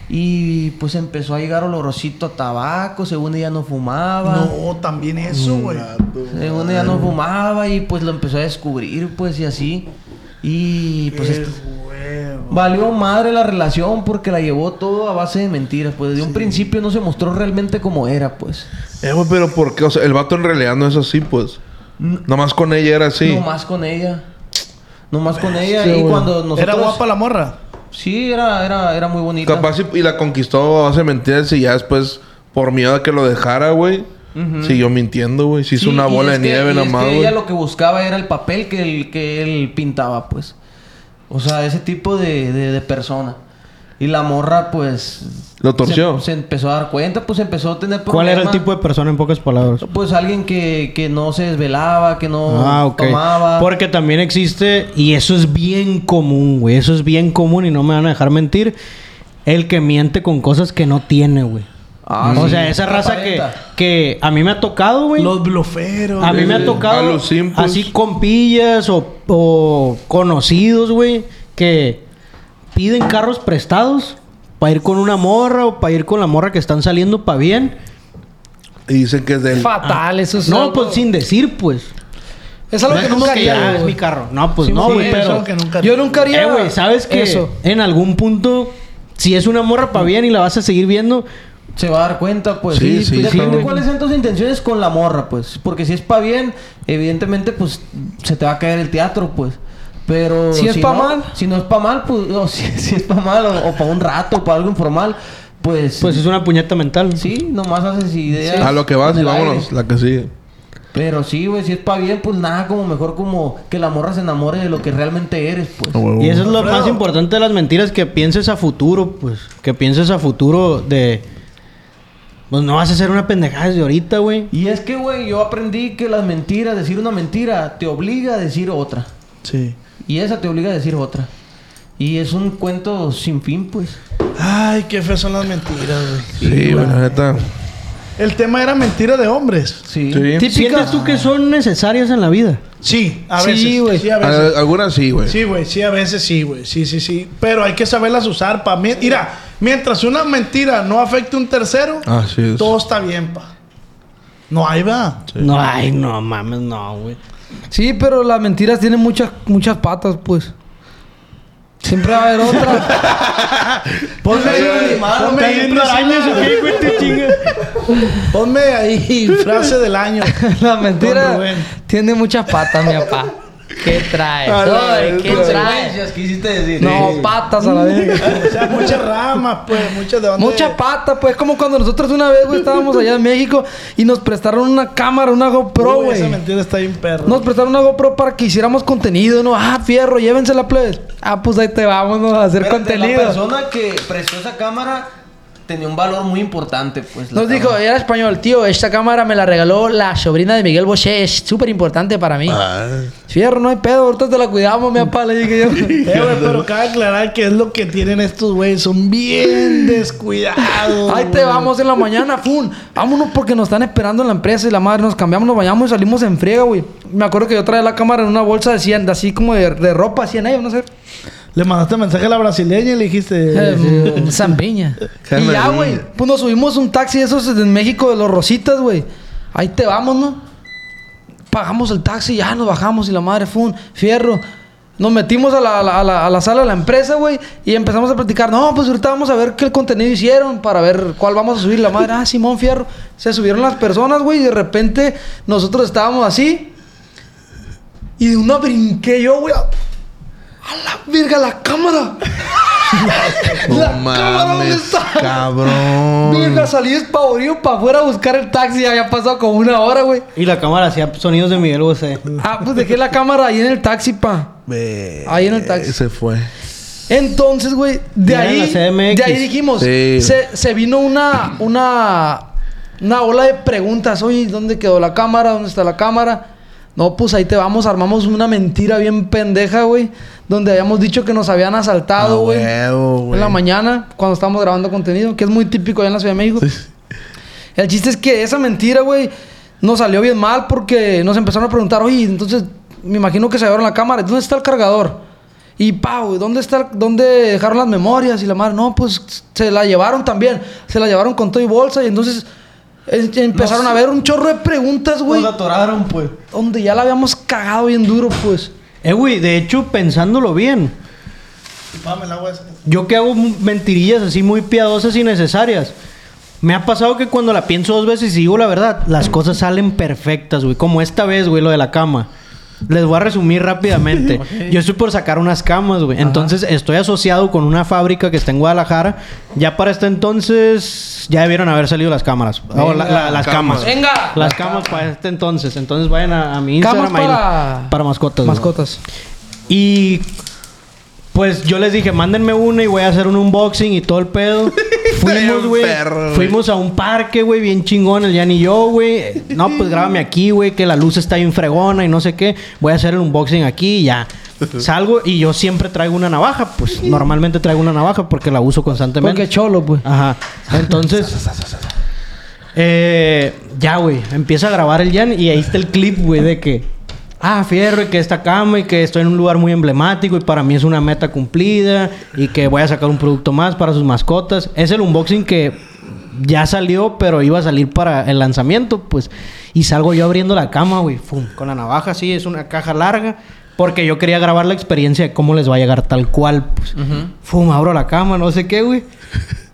S6: Y pues empezó a llegar olorosito a tabaco, según ella no fumaba.
S5: No, también eso, güey.
S6: Según ella no fumaba y pues lo empezó a descubrir, pues y así. Y pues
S5: Qué
S6: esto-
S5: huevo.
S6: Valió madre la relación porque la llevó todo a base de mentiras. Pues desde un principio no se mostró realmente como era, pues.
S2: Eh, güey, pero ¿por qué? O sea, el vato en realidad no es así, pues. Nomás con ella era así.
S6: No más con ella. No más con ella.
S9: Sí,
S6: y
S9: güey.
S6: cuando nosotros...
S5: Era guapa la morra.
S6: Sí, era, era, era muy bonita.
S2: Capaz y, y la conquistó hace mentiras y ya después, por miedo a que lo dejara, güey, siguió mintiendo, güey. Se hizo
S6: Sí,
S2: una
S6: y
S2: bola de
S6: es que- y
S2: nieve
S6: es
S2: nada más,
S6: que
S2: güey.
S6: ella lo que buscaba era el papel que él, que él pintaba, pues. O sea, ese tipo de, de- de persona. Y la morra, pues...
S2: Lo torció.
S6: Se, se empezó a dar cuenta, pues empezó a tener
S3: ¿Cuál era el
S6: problemas.
S3: tipo de persona en pocas palabras?
S6: Pues alguien que, que no se desvelaba, que no
S3: Ah, ok.
S6: tomaba.
S3: Porque también existe, y eso es bien común, güey. Eso es bien común y no me van a dejar mentir. El que miente con cosas que no tiene, güey.
S6: Ah,
S3: o
S6: sí.
S3: sea, esa raza que,
S6: Aparenta.
S3: que a mí me ha tocado, güey.
S5: Los bloferos.
S3: A mí me
S2: Sí,
S3: ha
S2: sí.
S3: tocado
S2: A los simples.
S3: así compillas o, o conocidos, güey, que piden carros prestados para ir con una morra o para ir con la morra que están saliendo para bien.
S2: Y dicen que es de él.
S9: Fatal, eso es.
S3: No,
S9: algo-
S3: pues sin decir, pues.
S9: Es algo
S3: No
S9: que
S3: es como
S9: nunca
S3: que, "Ah,
S9: haría.
S3: es mi
S9: güey.
S3: carro. No, pues no,
S9: sí,
S3: güey,
S9: es
S3: pero...
S9: algo
S5: que nunca-
S9: Yo nunca haría.
S3: Eh, güey, ¿sabes qué?
S9: Eso.
S3: En algún punto, si es una morra para bien y la vas a seguir viendo,
S6: Se va a dar cuenta, pues.
S2: Sí,
S6: Sí,
S2: sí,
S6: pues,
S2: sí,
S6: Depende
S2: güey.
S6: cuáles sean tus intenciones con la morra, pues. Porque si es pa' bien, evidentemente, pues, se te va a caer el teatro, pues. Pero...
S9: Si es pa'
S6: no-
S9: mal.
S6: Si no es pa' mal, pues... o si, si es pa' mal o, para un rato, o para algo informal, pues...
S3: pues es una puñeta mental.
S6: Sí, nomás haces ideas.
S2: A lo que vas
S6: en
S2: y
S6: el aire.
S2: vámonos, la que sigue.
S6: Pero sí, güey, si es pa' bien, pues nada, como mejor como que la morra se enamore de lo que realmente eres, pues.
S2: A huevo.
S3: Y eso es lo
S5: Alfredo.
S3: más importante de las mentiras, que pienses a futuro, pues. Que pienses a futuro de... Pues no vas a hacer una pendejada desde ahorita, güey.
S6: Y es que, güey, yo aprendí que las mentiras, decir una mentira, te obliga a decir otra.
S5: Sí.
S6: Y esa te obliga a decir otra. Y es un cuento sin fin, pues.
S5: Ay, qué feas son las mentiras, güey.
S2: Sí, güey, la neta.
S5: El tema era mentira de hombres.
S6: Sí.
S2: Sí.
S3: ¿Sí ¿Sientes tú que son necesarias en la vida?
S5: Sí, a
S9: Sí,
S5: veces. Sí,
S9: güey.
S5: a veces.
S2: Al- Algunas sí, güey.
S5: Sí, güey, sí, a veces sí, güey. Sí, sí, sí. Pero hay que saberlas usar para mí. Mira, mientras una mentira no afecte a un tercero,
S2: Así es.
S5: todo está bien, pa. No, ahí va.
S3: No, ay, no mames, no, güey.
S9: Sí, pero las mentiras tienen muchas, muchas patas, pues. Siempre va a haber otra.
S5: Ponme ahí, ponme ahí, frase- ponme ahí frase del año.
S9: la mentira
S5: Don Rubén.
S9: tiene muchas patas, mi papá. ¿Qué traes?
S2: A la
S9: Ay,
S2: vez,
S9: ¿Qué
S2: güey.
S9: traes?
S6: quisiste decir?
S9: No, patas a la vez.
S5: O sea, muchas ramas, pues, muchas de dónde.
S9: Mucha pata, pues. Como cuando nosotros una vez, güey, estábamos allá en México y nos prestaron una cámara, una GoPro,
S5: Uy,
S9: güey.
S5: Esa mentira está bien Eh, perro.
S9: Nos prestaron una GoPro para que hiciéramos contenido, ¿no? Ah, fierro, llévensela, plebes. Ah, pues ahí te vámonos a hacer
S6: La
S9: contenido.
S6: persona que prestó esa cámara tenía un valor muy importante, pues. la
S9: Nos dijo,
S6: cámara.
S9: era español, tío, esta cámara me la regaló la sobrina de Miguel Bosé, es súper importante para mí. Fierro, no hay pedo, ahorita te la cuidamos, mi papá, le dije yo.
S5: Eh, güey, pero cabe aclarar que es lo que tienen estos güeyes. Son bien descuidados.
S9: Ahí te
S5: güey.
S9: vamos en la mañana, fun. Vámonos porque nos están esperando en la empresa y la madre nos cambiamos, nos bañamos y salimos en friega, güey. Me acuerdo que yo traía la cámara en una bolsa de 100, de así como de, de ropa, así en ellos, no sé.
S5: Le mandaste mensaje a la brasileña y le dijiste.
S9: Eh, Zampiña. Y ya, güey. Pues nos subimos un taxi de esos en México de los Rositas, güey. Ahí te vamos, ¿no? Pagamos el taxi, ya nos bajamos y la madre fue un fierro. Nos metimos a la, a la- a la- a la sala de la empresa, güey, y empezamos a platicar. No, pues ahorita vamos a ver qué contenido hicieron para ver cuál vamos a subir. La madre, ah, Simón Fierro. Se subieron las personas, güey, y de repente nosotros estábamos así. Y de una brinqué yo, güey. A a la verga, la cámara.
S2: No
S9: la cámara, ¿dónde
S2: mames,
S9: está?
S2: cabrón.
S9: Verga, salí despavorido para afuera a buscar el taxi. Había pasado como una hora, güey.
S3: Y la cámara hacía sonidos de Miguel Bosé.
S9: Ah, pues dejé la cámara ahí en el taxi, pa.
S2: Ve-
S9: Ahí en el taxi.
S2: Se fue.
S9: Entonces, güey, de
S3: Era
S9: ahí,
S3: la CMX.
S9: de ahí dijimos,
S2: Sí.
S9: se, se vino una, una, una ola de preguntas. Oye, ¿dónde quedó la cámara? ¿Dónde está la cámara? No, pues ahí te vamos, armamos una mentira bien pendeja, güey. Donde habíamos dicho que nos habían asaltado,
S2: Ah,
S9: güey.
S2: huevo, güey.
S9: en la mañana, cuando estábamos grabando contenido, que es muy típico allá en la Ciudad de México. El chiste es que esa mentira, güey, nos salió bien mal porque nos empezaron a preguntar, oye, entonces me imagino que se llevaron la cámara, ¿dónde está el cargador? Y pau, ¿dónde está, el- dónde dejaron las memorias? Y la madre, no, pues se la llevaron también, se la llevaron con todo y bolsa y entonces eh, empezaron a ver un chorro de preguntas, güey,
S6: atoraron, pues.
S9: donde ya la habíamos cagado bien duro, pues.
S3: Eh, güey, de hecho, pensándolo bien,
S5: Dame el agua esa.
S3: yo que hago mu- mentirillas así muy piadosas y necesarias. Me ha pasado que cuando la pienso dos veces y digo la verdad, las cosas salen perfectas, güey. Como esta vez, güey, lo de la cama. Les voy a resumir rápidamente. Yo estoy por sacar unas camas, güey. Entonces estoy asociado con una fábrica que está en Guadalajara. Ya para este entonces ya debieron haber salido las cámaras. Oh, la- la- las camas.
S9: Venga.
S3: Las camas para este entonces. Entonces vayan a, a mi Instagram.
S9: Camas
S3: ahí-
S9: para-
S3: para mascotas. güey.
S9: Mascotas.
S3: Y pues yo les dije, mándenme una y voy a hacer un unboxing y todo el pedo. Fuimos,
S2: bien
S3: güey.
S2: perro, güey.
S3: Fuimos a un parque, güey, bien chingón, el Jan y yo, güey. No, pues grábame aquí, güey, que la luz está bien fregona y no sé qué. Voy a hacer el unboxing aquí y ya. Salgo y yo siempre traigo una navaja. Pues normalmente traigo una navaja porque la uso constantemente.
S9: Porque cholo, pues.
S3: Ajá. Entonces. eh, ya, güey. Empieza a grabar el Jan y ahí está el clip, güey, de que. Ah, fierro, y que esta cama y que estoy en un lugar muy emblemático y para mí es una meta cumplida y que voy a sacar un producto más para sus mascotas. Es el unboxing que ya salió, pero iba a salir para el lanzamiento, pues. Y salgo yo abriendo la cama, güey, fum, con la navaja, sí, es una caja larga, porque yo quería grabar la experiencia de cómo les va a llegar tal cual, pues. Fum, abro la cama, no sé qué, güey.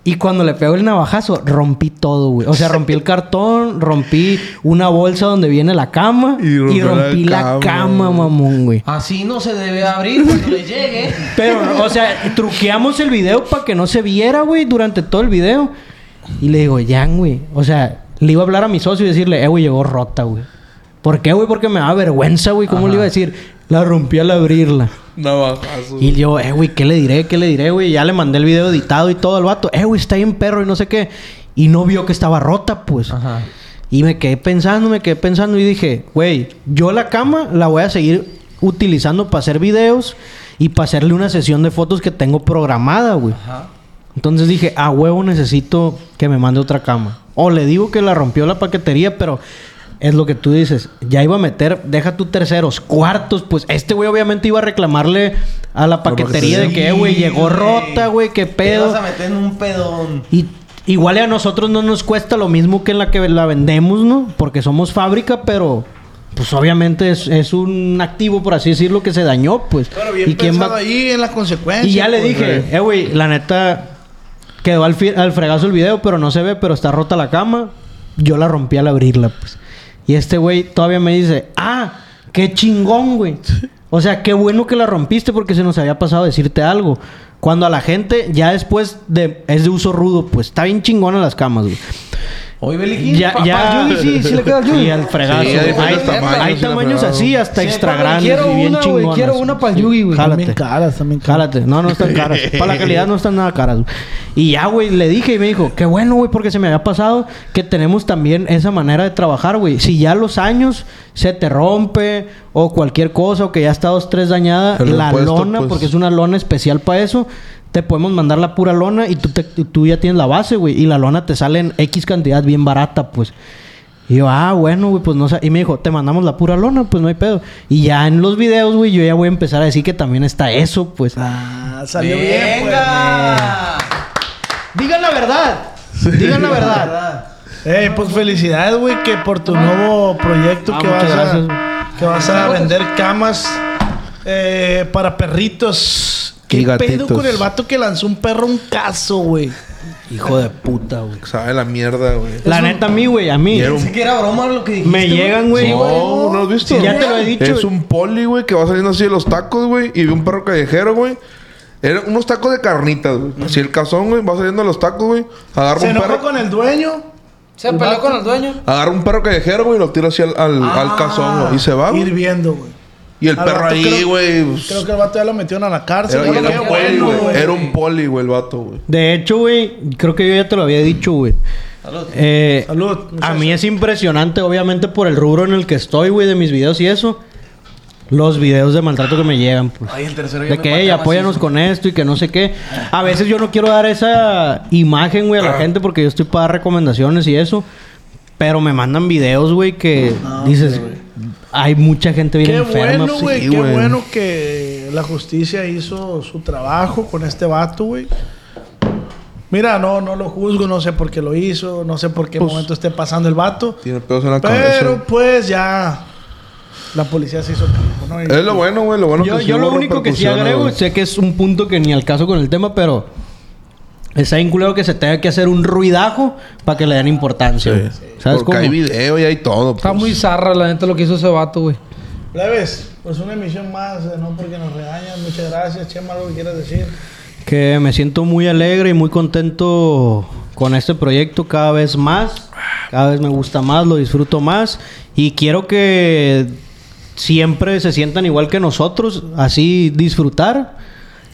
S3: Y cuando le pego el navajazo, rompí todo, güey. O sea, rompí el cartón, rompí una bolsa donde viene la cama
S2: Y
S3: y,
S2: rompí
S3: rompí
S2: la
S3: la
S2: cama,
S3: cama, mamón, güey.
S6: Así no se debe abrir cuando le llegue.
S3: Pero, o sea, truqueamos el video para que no se viera, güey, durante todo el video. Y le digo, Jan, güey. O sea, le iba a hablar a mi socio y decirle, eh, güey, llegó rota, güey. ¿Por qué, güey? Porque me da vergüenza, güey. ¿Cómo le iba a decir? La rompí al abrirla.
S2: Navajazo.
S3: Y yo, eh, güey, ¿qué le diré? ¿Qué le diré, güey? Ya le mandé el video editado y todo al vato. Eh, güey, está bien perro y no sé qué. Y no vio que estaba rota, pues.
S6: Ajá.
S3: Y me quedé pensando, me quedé pensando y dije, güey, yo la cama la voy a seguir utilizando para hacer videos y para hacerle una sesión de fotos que tengo programada, güey. Entonces dije, a huevo necesito que me mande otra cama. O le digo que la rompió la paquetería, pero es lo que tú dices. Ya iba a meter, deja tú terceros, cuartos. Pues este güey obviamente iba a reclamarle a la paquetería de que, eh, güey, llegó rota, güey, qué
S6: Te
S3: pedo.
S6: vas a meter en un pedón.
S3: Y igual a nosotros no nos cuesta lo mismo que en la que la vendemos, ¿no? Porque somos fábrica, pero pues obviamente es, es un activo, por así decirlo, que se dañó, pues.
S5: Pero bien
S3: ¿Y quién
S5: pensado
S3: va-
S5: ahí en las consecuencias.
S3: Y ya le
S5: pues,
S3: dije,
S5: güey.
S3: eh, güey, la neta quedó al, fi- al fregazo el video, pero no se ve, pero está rota la cama. Yo la rompí al abrirla, pues. Y este güey todavía me dice, ah, qué chingón, güey. O sea, qué bueno que la rompiste porque se nos había pasado decirte algo. Cuando a la gente ya después de... Es de uso rudo, pues. Está bien chingona las camas, güey.
S6: Hoy Beliquín.
S3: Ya,
S6: pa- pa-
S3: ya...
S9: Yugi, sí, sí le queda al Yugi.
S3: Sí, al fregazo.
S2: Sí, hay
S3: güey. hay
S2: diferentes tamaños,
S3: hay
S2: sí, la
S3: tamaños
S2: fregada.
S3: así hasta
S9: Sí,
S3: extra
S9: pero
S3: grandes
S9: quiero
S3: y bien
S9: una, güey,
S3: chingonas.
S9: quiero una pa'l Yugi, güey.
S3: Jálate.
S5: También caras, también caras.
S3: Jálate. No, no están caras. Para la calidad no están nada caras. güey. Y ya, güey, le dije y me dijo, qué bueno, güey, porque se me había pasado que tenemos también esa manera de trabajar, güey. Si ya los años se te rompe o cualquier cosa o que ya está dos, tres dañada,
S2: El
S3: la
S2: repuesto,
S3: lona,
S2: pues.
S3: porque es una lona especial para eso. Te podemos mandar la pura lona y tú, te- y tú ya tienes la base, güey. Y la lona te sale en X cantidad bien barata, pues. Y yo, ah, bueno, güey, pues no sé. Y me dijo, te mandamos la pura lona, pues no hay pedo. Y ya en los videos, güey, yo ya voy a empezar a decir que también está eso, pues.
S5: Ah, salió bien, pues.
S6: Venga.
S3: Digan la verdad. Digan la verdad.
S5: Ey, pues felicidades, güey, que por tu nuevo proyecto
S3: Ah,
S5: que, vas
S3: muchas gracias,
S5: a, que vas a vender camas eh, para perritos. ¿Qué
S2: Y gatitos.
S5: pedo con el vato que lanzó un perro un caso, güey?
S3: Hijo de puta, güey.
S2: Sabe la mierda, güey.
S3: La neta, a mí, güey, a mí.
S2: Quiero un-
S6: Pensé que era broma lo que dijiste.
S3: Me llegan, güey.
S2: No, no lo has visto. Eh,
S3: Ya te lo he dicho.
S2: Es un poli, güey, que va saliendo así de los tacos, güey. Y vi un perro callejero, güey. Eran unos tacos de carnitas, güey. Así el cazón, güey, va saliendo de los tacos, güey. Agarra
S5: Se
S2: un
S5: enojó
S2: perro.
S5: con el dueño.
S9: Se peleó con el dueño.
S3: Ah.
S2: Agarra un perro callejero, güey, y lo tira así al, al, al cazón, güey. Y se va, güey.
S5: Hirviendo, güey.
S2: Y el
S5: Al
S2: perro
S5: vato
S2: ahí,
S5: creo-
S2: güey.
S5: Creo que el vato ya lo metieron a la cárcel.
S2: Era,
S5: güey.
S2: era
S5: Qué
S2: un poli,
S5: bueno,
S2: güey.
S5: güey.
S2: Era un poli, güey, el vato, güey.
S3: De hecho, güey, creo que yo ya te lo había dicho, güey. Eh,
S5: Salud,
S3: A
S5: muchacho.
S3: mí es impresionante, obviamente, por el rubro en el que estoy, güey, de mis videos y eso. Los videos de maltrato que me llegan, pues.
S6: Ay, el tercero ya
S3: De
S6: me
S3: que,
S6: mata
S3: hey,
S6: macizo".
S3: apóyanos con esto y que no sé qué. A veces yo no quiero dar esa imagen, güey, a la gente porque yo estoy para dar recomendaciones y eso. Pero me mandan videos, güey, que dices, hay mucha gente bien
S5: Qué
S3: enferma.
S5: bueno,
S3: pues".
S5: güey.
S2: sí,
S5: qué
S2: güey.
S5: bueno que la justicia hizo su trabajo con este vato, güey. Mira, no, no lo juzgo, no sé por qué lo hizo, no sé por qué momento esté pasando el vato.
S2: Pues, Tiene pedos en la
S5: Pero
S2: cabeza.
S5: pues ya la policía se hizo cargo, ¿no? Y-
S2: Es lo bueno, güey. Lo bueno
S3: Yo,
S2: que sí
S3: yo lo
S2: hubo
S3: único que sí
S2: repercusiones,
S3: agrego,
S2: güey.
S3: sé que es un punto que ni al caso con el tema, pero está bien culero que se tenga que hacer un ruidajo para que le den importancia. güey. ¿Sabes
S2: Porque hay
S3: cómo?
S2: video y hay todo.
S9: Está
S2: pues.
S9: muy zarra la neta lo que hizo ese vato, güey.
S5: Breves, pues una emisión más, eh, no porque nos regañan. Muchas gracias, Chema, algo que quieras decir.
S3: Que me siento muy alegre y muy contento con este proyecto cada vez más. Cada vez me gusta más, lo disfruto más. Y quiero que siempre se sientan igual que nosotros, así disfrutar.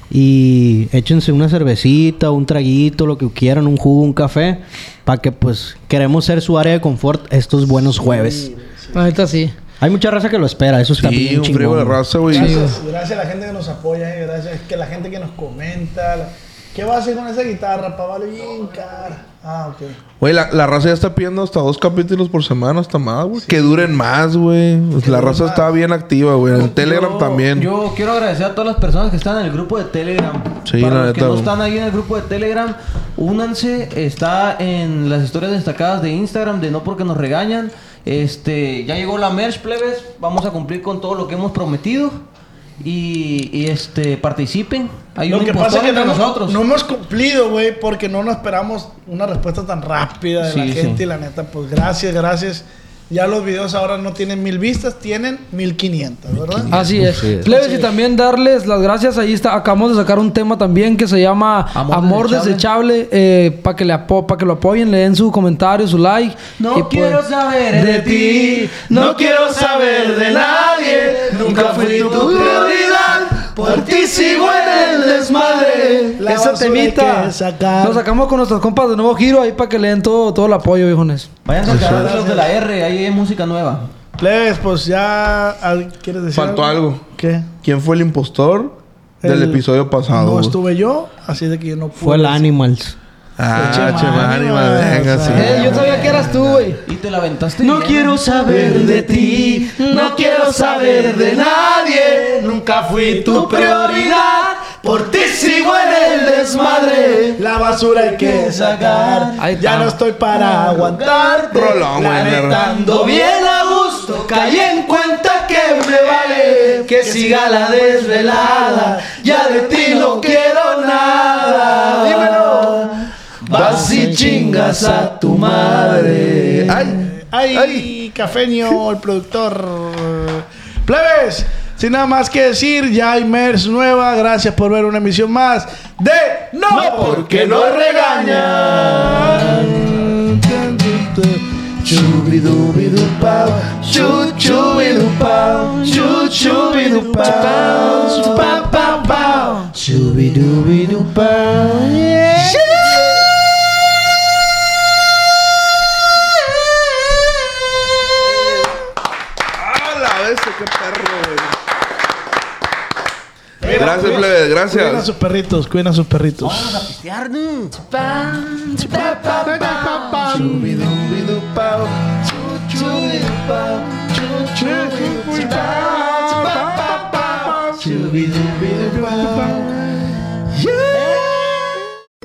S3: Y échense una cervecita, un traguito, lo que quieran, un jugo, un café. Para que pues queremos ser su área de confort estos buenos jueves.
S9: La neta sí.
S3: Hay mucha raza que lo espera, eso está
S2: Sí,
S3: bien
S2: un frío de
S3: chingón.
S2: raza, güey.
S5: Gracias, gracias a la gente que nos apoya, eh, gracias que la gente que nos comenta. la- ¿Qué va a hacer con esa guitarra, pa? Vale bien cara. Ah, ok.
S2: Güey, la, la raza ya está pidiendo hasta dos capítulos por semana, hasta más, güey. Que duren más, güey. Pues la raza está bien activa, güey. En el Telegram
S6: Yo-
S2: también.
S6: Yo quiero agradecer a todas las personas que están en el grupo de Telegram.
S2: Sí,
S6: Para
S2: la
S6: los
S2: neta,
S6: que no
S2: güey.
S6: están ahí en el grupo de Telegram, únanse. Está en las historias destacadas de Instagram de No Porque Nos Regañan. Este, ya llegó la merch, plebes. Vamos a cumplir con todo lo que hemos prometido. Y, y, este, participen. Hay
S5: Lo
S6: un
S5: que
S6: impostor
S5: pasa es que
S6: entre
S5: no,
S6: nosotros.
S5: no hemos cumplido, güey, porque no nos esperamos una respuesta tan rápida de la
S6: Sí,
S5: gente.
S6: sí.
S5: Y la neta, pues gracias, gracias. Ya los videos ahora no tienen mil vistas, tienen mil quinientas, ¿verdad?
S9: Así es. Plebes, y también darles las gracias. Ahí está, acabamos de sacar un tema también que se llama
S6: Amor
S9: Amor,
S6: Desechable.
S9: Desechable. para que, le apo- pa' que lo apoyen, le den su comentario, su like. y
S6: No
S9: pues-
S6: quiero saber de ti,
S5: No quiero saber de nadie, nunca fui tu prioridad, por ti sigo en el desmadre. La
S9: Esa
S5: basura hay
S9: temita
S5: que sacar.
S9: lo sacamos con nuestros compas de nuevo giro ahí para que le den todo, todo el apoyo, viejones.
S6: Vayan a cargar los de la R, ahí hay música nueva.
S5: Plebes, pues ya. al- ¿Quieres decir?
S2: Faltó algo.
S5: ¿Qué?
S2: ¿Quién fue el impostor del
S5: El-
S2: episodio pasado?
S5: No
S2: güey?
S5: estuve yo, así de que yo no pude.
S3: Fue el Animals.
S2: Ah,
S5: Chema,
S2: Chema, ánima,
S5: ánima,
S2: venga,
S5: o
S2: sí.
S5: sea.
S9: Eh, yo sabía que eras tú, güey.
S6: Y te la aventaste.
S9: No
S6: bien.
S9: quiero saber de ti, no quiero saber de
S5: nadie, nunca fui tu prioridad, por ti sigo en el desmadre, la basura hay que sacar,
S9: Ahí
S5: ya
S9: está.
S5: no estoy para aguantarte,
S2: Rolón,
S5: la
S2: güey,
S5: neta,
S2: neta.
S5: ando bien a gusto, caí en cuenta que me vale, que siga la desvelada, ya de ti no quiero nada, dímelo, vas y chingas a tu madre.
S2: Ay,
S5: ¡Ay, cafeño, el productor! ¡Plebes! Sin nada más que decir, ya hay MERS nueva. Gracias por ver una emisión más de No, porque no regañan. Chubidubidupau, chu chubidupau, chu chubidupau, chu pa pa pau. Chubidubidupau, yeah.
S2: ¡A Ah, la bestia, qué perro, güey!
S6: pues,
S2: Gracias, plebes,
S5: Cuiden a
S2: gracias.
S5: sus perritos, cuiden a sus perritos.